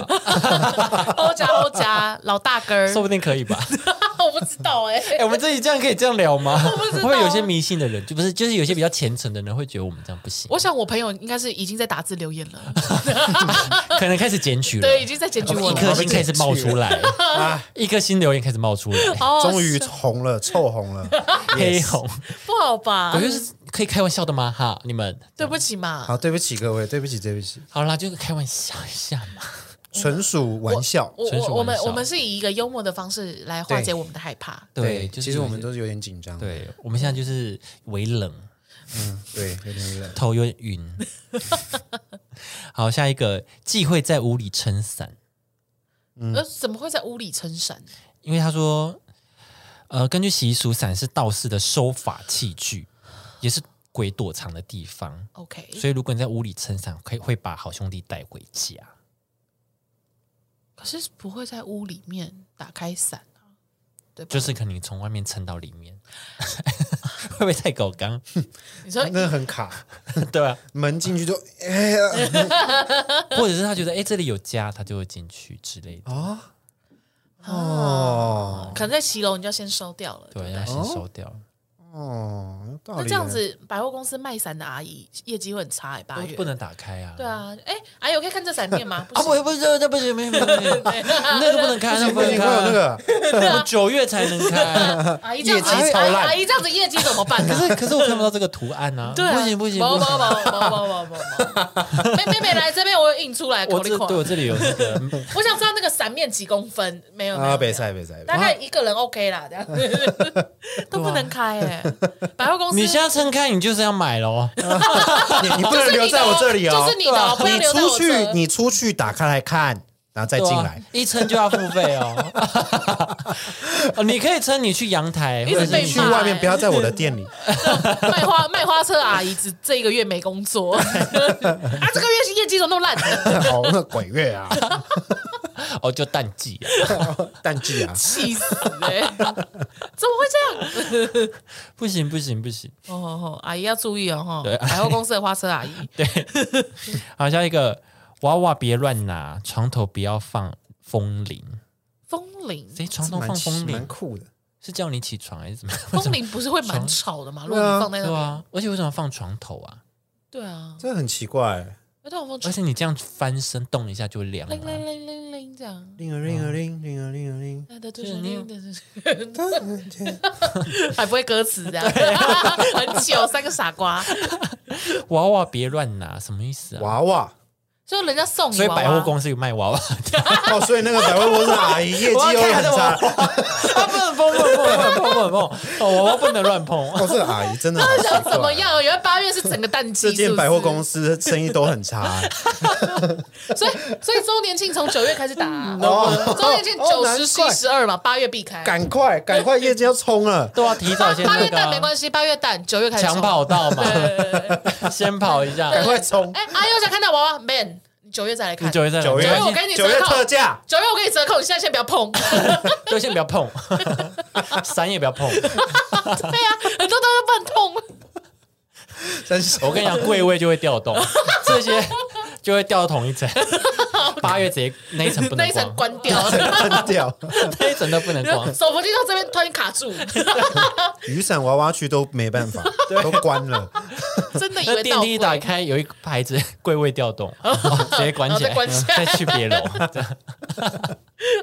B: 欧家欧家老大根儿
A: 说，不定可以吧？
B: 我不知道哎，
A: 哎、我们这里这样可以这样聊 吗？会
B: 知道
A: 不会有些迷信的人，就不是，就是有些比较虔诚的人会觉得我们这样不行，
B: 我想我朋友应该是已经在打字留言
C: 啊
B: 了，
A: 可能开始检举了，
B: 对，已经在检举我
A: 一
B: 了。
A: 颗心开始冒出 来，
C: 啊，
A: 一颗心留言开始冒出 来，
B: 哦
C: 终于红了， 臭红了，
A: 黑
C: Yes。
A: 红，
B: 不好吧
A: 我？就是可以开玩笑的吗？哈，你们
B: 对不起嘛，
C: 好，对不起各位，对不起，对不 起，
A: 好啦，就是开玩笑一下嘛。
C: 纯属玩笑。
B: 我
A: 纯属
B: 我我们
A: 玩笑
B: 我们是以一个幽默的方式来化解我们的害怕。
A: 对，就是
C: 其实我们
A: 有
C: 都是有点紧张，
A: 对，我们现在就是微冷，
C: 对，有点冷。
A: 头有点晕。 好，下一个忌讳在屋里撑伞。嗯
B: 呃，怎么会在屋里撑伞？
A: 因为他说，呃，根据习俗，伞是道士的收法器具，也是鬼躲藏的地方，
B: OK，
A: 所以如果你在屋里撑伞，可以会把好兄弟带回家。
B: 可是不会在屋里面打开伞啊，对吧？
A: 就是可能你从外面撑到里面， 会不会太狗刚？
B: 你说
C: 那 很卡，
A: 对啊，
C: 门进去就哎呀
A: 或者是他觉得哎、诶这里有家，他就会进去之类的。
C: 啊哦
B: 可能在骑楼，你就要先收掉了，对不
A: 对，啊
B: 对
A: 要？先收掉。
C: 哦，有道
B: 那
C: 理。
B: 这样，子，百货公司卖伞的阿姨业绩会很差哎，八
A: 不
B: 月
A: 不。能打开啊！
B: 对啊，哎，阿姨，我可以看这伞 面吗？
A: 啊，
B: 不
A: 不
B: 行，
A: 不是，这不行，没有没有 没有，那个不能开，那个
C: 不
A: 不能
C: 行，会有那
A: 开，
C: 个
B: 啊
A: 我们九月才能开。
B: 阿姨这样子，
C: 业绩超
B: 阿姨
C: 烂
B: 阿姨这样子业绩怎么办 呢
A: 可？是可是我看不到这个图案啊！
B: 对啊，
A: 不行不行，
B: 不
A: 不
B: 不
A: 行
B: 不不不不不，妹妹妹来这边，我有印出来，
A: 我
B: 口里
A: 这
B: 口
A: 对。我这里有那 个
B: 啊我想知道那个伞面几公分，没有没
C: 啊，
B: 有，
C: 北
B: 没有
C: 赛北赛，
B: 大概一个人 OK 啦，这样 都不能开哎，百货公司
A: 你现在撑开，你就是要买喽。
C: 你你不能留在我这里哦，
B: 就是你的哦就是你的哦不要留
C: 对吧
B: 在我
C: 你出去
B: 这，
C: 你出去打开来看，然后再进来。
A: 对啊一撑就要付费哦。 哦你可以撑，你去阳台，或者
B: 一直被
A: 是你去
B: 骂
C: 你去
B: 哎
C: 外面不要在我的 店里，
B: 卖花卖花车阿姨只这一个月没工作 啊，这个月业绩怎么那么烂？
C: 好那鬼月啊，
A: 哦就淡季啊，
C: 淡 季啊，
B: 气死哎、怎么会这样？
A: 不行不行不行。
B: 哦哦哦，阿姨要注意哦
A: 对
B: 哈，百货公司的花车阿 姨，
A: 好，下一个娃娃别乱拿，床头不要放风铃。
B: 风铃
A: 谁床头放风
C: 蛮
A: 铃？
C: 酷的。
A: 是叫你起床还是怎么样？
B: 风铃不是会蛮吵的吗？如果你放在那
A: 对
B: 边，
A: 啊，而且为什么放床头啊？
B: 对啊，
C: 这很奇怪，
B: 那通常风
A: 而且你这样翻身动一下就凉
B: 铃
A: 了。
B: 铃铃铃铃这样。
C: 铃儿铃儿铃铃儿铃 儿铃，
B: 对对对
A: 就是你
B: 对对，还不会歌词这样， 很糗，三个傻瓜。
A: 娃娃别乱拿，什么意思啊？
C: 娃娃。
B: 就人家送你
A: 所以
B: 娃娃，
A: 百货公司有卖娃娃的。
C: 哦，所以那个百货公司的阿姨业绩
A: 我
C: 又
A: 要
C: 很
A: 看这娃
C: 差。
A: 娃， 啊，不能碰，不能碰，不能碰，不能碰，哦，娃娃不能乱碰。
C: 哦，这个阿姨真的好奇怪
B: 想怎么？样？原来八月是整个淡季，
C: 这间百货公
B: 司，
C: 司生意都很 差，
B: 所以所以周年庆从九月开始打
A: 嗯
B: 啊、
C: 哦
B: 周年庆
C: 哦
B: 九
C: 难
B: 十、十一、
C: 怪
B: 十二嘛，八月避开。
C: 赶快赶快业绩要冲了。
A: 都要提早先
B: 八
A: 那
B: 月
A: 个
B: 蛋没
A: 啊
B: 关系，八月蛋九月开始
A: 抢
B: 冲
A: 跑。道嘛，
B: 对对对 对
A: 先跑一下。
C: 赶快冲！
B: 哎，阿优想看到娃娃，man，你九月再来看。
A: 你九月再来，
C: 九
A: 没
C: 月
A: 关系
B: 我跟你折扣
C: 九月特价，
B: 九月我给你折扣，你现在先不 要碰。
A: 就先不要碰， 伞也不要碰。
B: 对啊，很多东西都不能碰。
C: 真是
A: 我跟你讲，柜位就会调动，这些就会掉到同一 层。八月直接 那一层不
B: 那
A: 能
B: 一层
A: 逛，
B: 关掉了，
C: 关掉。
A: 那一层都不能逛。
B: 手扶梯到这边突然卡住，
C: 雨伞娃娃区都没办法，都关 了。
B: 真的以
A: 那
B: 为
A: 电
B: 到
A: 梯
B: 柜哦
A: 一打开，有一个牌子 “柜位调动”， 直接关起
B: 然后再
A: 来，
B: 关起来
A: 再去 别楼。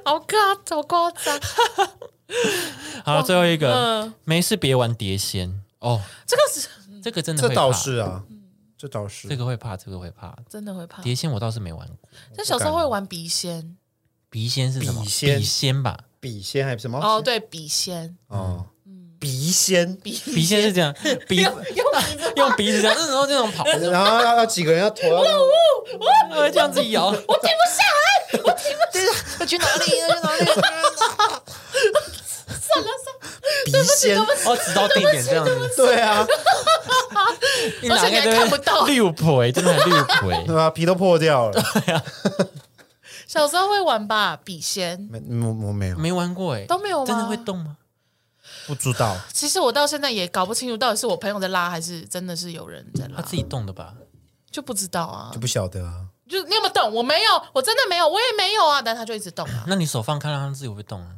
B: 好夸好夸张。
A: 好，最后一个
B: 嗯，
A: 没事别玩碟仙哦，
B: 这个是
A: 这个真的
C: 这
A: 会怕
C: 倒，是啊，
B: 嗯
C: 这倒是
A: 这。个会怕，这个会怕。
B: 真的会怕，
A: 碟仙我倒是没玩过，
B: 但小时候会玩笔仙
A: 鼻仙是什么？
C: 笔仙
A: 笔仙吧，
C: 笔仙还是什么？
B: 哦，对，嗯笔仙，
C: 哦，鼻仙，
A: 鼻仙是这样，鼻
B: 用鼻子
A: 用鼻子这样，嗯然后这种 跑，
C: 然后要要几个人要投啊要
A: 呃这样子 摇。
C: 去哪里？要去哪里？
B: 算了算了，
C: 鼻仙，
A: 哦，直到定点这样子，
C: 对啊，
A: 你
B: 而且
A: 哪
B: 你还
A: 个都
B: 看不到
A: 绿葵，真的很欸绿 葵。
C: 对吧？皮都破掉 了。
B: 小时候会玩吧，笔仙
C: 没，嗯我我没有，
A: 没玩过哎，
B: 都没有吗？
A: 真的会动吗？
C: 不知道。
B: 其实我到现在也搞不清楚，到底是我朋友在拉，还是真的是有人在
A: 它
B: 拉，
A: 自己动的吧？
B: 就不知道啊
C: 就。不晓得啊。
B: 就你有没有动？我没有，我真的没有，我也没有啊。但他就一直动啊，
A: 那你手放开，让它自己会不会动啊？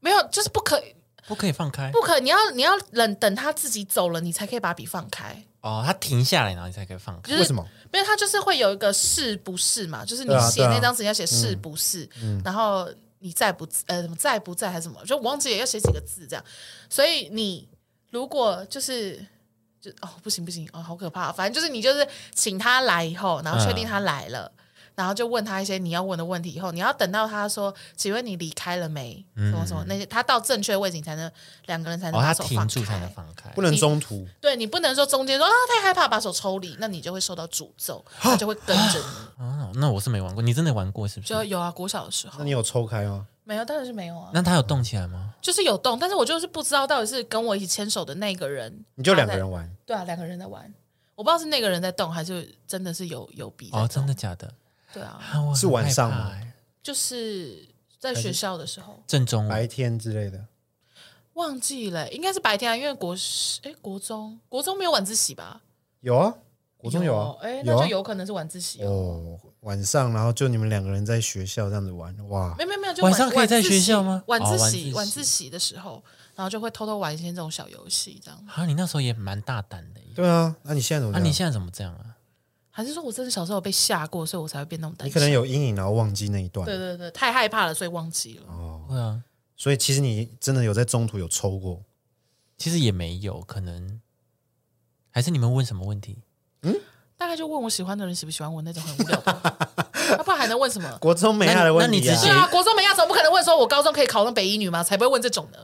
B: 没有，就是不可
A: 不可以放开
B: 不可，你要你要等等他自己走了，你才可以把笔放开。
A: 哦，它停下来，然后你才可以放开。
B: 就是
C: 为什么？
B: 因为他就是会有一个是不是嘛，就是你
C: 对啊
B: 写
C: 对啊
B: 那张纸要写是
A: 嗯
B: 不是，然后你在不呃什么在不在还是什么，就我忘记了要写几个字这样。所以你如果就是就哦不行不行哦好可怕，反正就是你就是请他来以后，然后确定
A: 嗯
B: 他来了。然后就问他一些你要问的问题，以后你要等到他说“请问你离开了没”什么什么那些，他到正确位置你才能两个人才
A: 嗯哦，
B: 能把
A: 它
B: 手
A: 停
B: 放
A: 住才
B: 开。
A: 能放开，
C: 不能中途。
B: 对你不能说中间说啊太害怕把手抽离，那你就会受到诅咒，他就会跟着你。
A: 哦，那我是没玩过，你真的玩过是不？
B: 就是有啊，国小的时候
C: 那你有抽开吗？
B: 没有，当然是没有啊，
A: 那它有动起来吗？
B: 就是有动，但是我就是不知道到底是跟我一起牵手的那个人，
C: 你就两个
B: 他在
C: 人玩，
B: 对啊，两个人在玩，我不知道是那个人在动还是真的是有有笔在
A: 哦，真的
B: 动
A: 假的？
B: 对啊，
A: 啊我很
C: 是晚上
A: 害
C: 吗
A: 怕欸？
B: 就是在学校的时候
A: 正中午
C: 白天之类的。
B: 忘记了，应该是白天啊，因为国哎国中国中没有晚自习吧？
C: 有啊，国中有啊
B: 哦，哎，那
C: 有啊
B: 就有可能是晚自习哦。
C: 哦。晚上，然后就你们两个人在学校这样子玩，哇，
B: 没有没有没有，就
A: 晚上可以在
B: 晚自
A: 学
B: 习
A: 校吗
B: 晚
A: 哦
B: 自
A: 晚
B: 习
A: 自
B: 晚
A: 习
B: 自习的时候，然后就会偷偷玩一些这种小游戏，这样。
A: 啊，你那时候也蛮大胆的耶。
C: 对啊，那你现在怎么
A: 啊，
C: 这样？
A: 你现在怎么这样啊？在
B: 还是说我真的小时候有被吓过，所以我才会变那么胆
C: 你
B: 小
C: 可？能有阴影，然后忘记那一段。
B: 对对对，太害怕了，所以忘记了。
C: 哦，
A: 对啊，
C: 所以其实你真的有在中途有抽过，
A: 其实也没有，可能还是你们问什么问题？
B: 大概就问我喜欢的人喜不喜欢我那种很无聊的，要不然还能问什么？
C: 国中没他的问
A: 那你
C: 题、
A: 那
C: 啊
A: 你直接
B: 对啊，国中没亚总不可能问说我高中可以考上北一女吗？才不会问这种呢。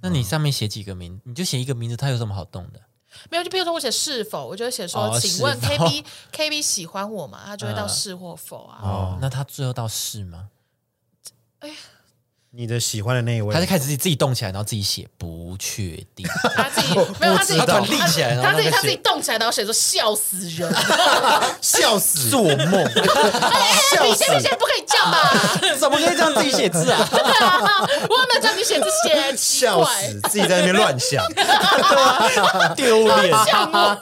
A: 那你上面写几个名，你就写一个名字，它有什么好动的？
B: 没有，就比如说我写是否，我就会写说，
A: 哦
B: 请问
A: 是否
B: K B K B 喜欢我吗？他就会到
A: 嗯
B: 是或否啊。
A: 哦，那他最后到是吗？
C: 你的喜欢的那一位
A: 还是开始自己自己动起来，然后自己写不确 定？
B: 他自己没有，他自己
C: 不知道
B: 他
A: 立起来然后
B: 他自己
A: 那个
B: 他自己
A: 写
B: 动起来，然后写说笑死人。
C: 笑死，
A: 做梦？
B: 哎，你先你先不可以叫吧？
A: 怎么可以这样自己写字啊？
B: 我有没有叫你写这些？奇
C: 笑
B: 怪，
C: 死，自己在那边乱想，
B: 啊
A: 丢脸！
B: 像我。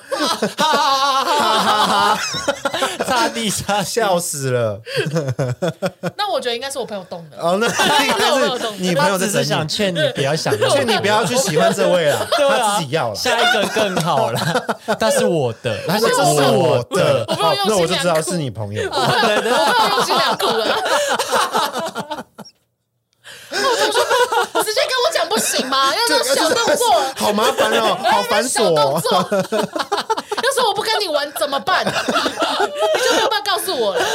A: 擦地擦笑。
C: 笑死了。
B: 那我觉得应该是我朋友动 的。
C: 哦，那
B: 我
C: 那
B: 有
C: 是
B: 懂
C: 你朋友在
A: 只是
C: 整
A: 想
C: 你，
A: 劝你不要想那么多，
C: 劝你不要去喜欢这位 了，
A: 对啊
C: 他自己要了。
A: 下一个更好 了，但是我的，但是这
C: 这
A: 是
C: 是
A: 我
C: 我
A: 的
C: 的，
B: 我没有
C: 好
B: 用，
C: 那我就
B: 心
C: 知道
B: 良苦
C: 是你朋 友。
B: 我朋友我朋友用心良苦了。我就说直接跟我讲不行 吗？要那种小动作，
C: 好麻烦哦，
B: 哎
C: 好繁琐、
B: 小动
C: 哦。
B: 作。 要是我不跟你玩怎么办？你就没有办法告诉我了。我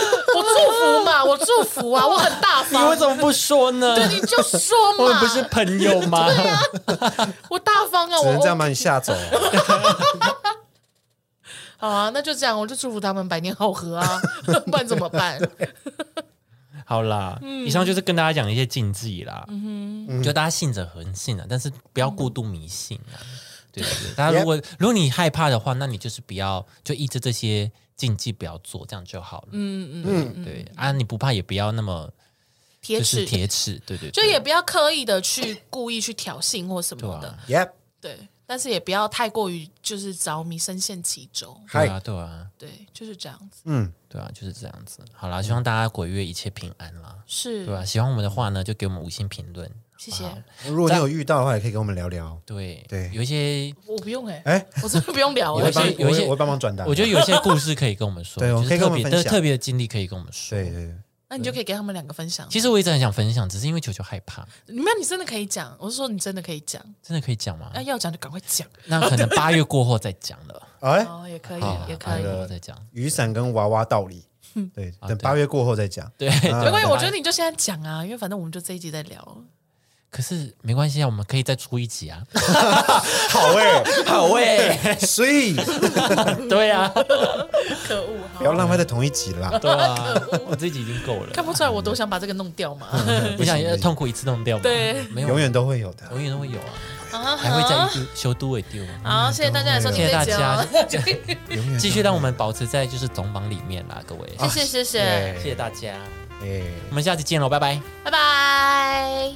B: 祝福嘛，我祝福啊，我很大
A: 你
B: 方。
A: 为什么不说呢？
B: 对，你就说
A: 我们
B: 嘛，
A: 不是朋友吗？
B: 我大方啊，
C: 只能这样
B: 我
C: 把你吓走、哦
B: 好啊，那就这样，我就祝福他们百年好 合啊，不然怎么办？
A: 好啦，以上就是跟大家讲一些禁忌啦。就大家信者恒信啊，但是不要过度迷信啊。对对对，大家如果如果你害怕的话，那你就是不要就依着这些禁忌不要做，这样就好了。嗯嗯嗯，对啊，你不怕也不要那么
B: 铁
A: 就是
B: 齿，
A: 铁齿，对对，
B: 就
A: 对
B: 也不要刻意的去故意去挑衅或什么的。
A: 对啊
C: Yep，
B: 对，但是也不要太过于就是着迷深陷其中。
A: 对啊，对啊，
B: 对，就是这样子。
C: 嗯，
A: 对啊，就是这样子。好啦，希望大家鬼月一切平安啦，
B: 是，
C: 嗯
A: 对吧、啊喜欢我们的话呢，就给我们五星评论。
B: 谢谢。
C: 如果你有遇到的话，也可以跟我们聊聊。
A: 对
C: 对
A: 有一些
B: 我不用哎、
C: 哎，
B: 我真的不用聊
A: 有
C: 我
B: 哎、
C: 会
A: 一
C: 帮
A: 些，哦有一些
C: 我会我会帮忙转达。
A: 我觉得有一些故事可以跟我们说，
C: 对
A: 就
C: 我
A: 是
C: 可以跟
A: 特
C: 我们
A: 别
C: 分
A: 的
C: 享
A: 特别的经历可以跟我们说。
C: 对对对，
B: 那你就可以给他们两个分享。
A: 其实我一直很想分享，只是因为球球害怕，
B: 你没有，你真的可以讲。我是说，你真的可以讲。
A: 真的可以讲吗
B: 那、？要讲就赶快讲。
A: 那可能八月过后再讲了，
C: 哎，
B: 哦， 也可以
A: 好，
B: 也可
A: 八
B: 以
A: 月。过
C: 了
A: 后再 讲。
C: 雨伞跟娃娃道理，对，
A: 啊
C: 等
A: 对
C: 八月过后再讲。
A: 对，
B: 没关系，
A: 对
B: 我觉得你就现在讲啊，因为反正我们就这一集在聊。
A: 可是没关系啊，我们可以再出一集 啊。
C: 好哎，
A: 好喂，
C: 所以
A: 对啊，
B: 可恶，
C: 不要浪费在同一集啦。
A: 对啊， 我自己已经够了
B: 看，不出来我多想把这个弄掉嘛。
C: 嗯
A: 不想要痛苦一次弄掉吗？
B: 对
A: 没有，
C: 永远都会有的。
A: 永远都会有啊，
B: 啊
A: 还会再一丢修都会丢啊。
B: 好，谢谢大家来收听
A: 谢谢
B: 这
A: 大
B: 集
A: 家
B: 哦，
C: 永远
A: 继续让我们保持在就是总榜里面啦，各位，
B: 谢谢谢谢，
A: 谢谢
C: 谢。
A: 大家，
C: 哎。
A: 我们下次见喽，拜拜。
B: 拜拜。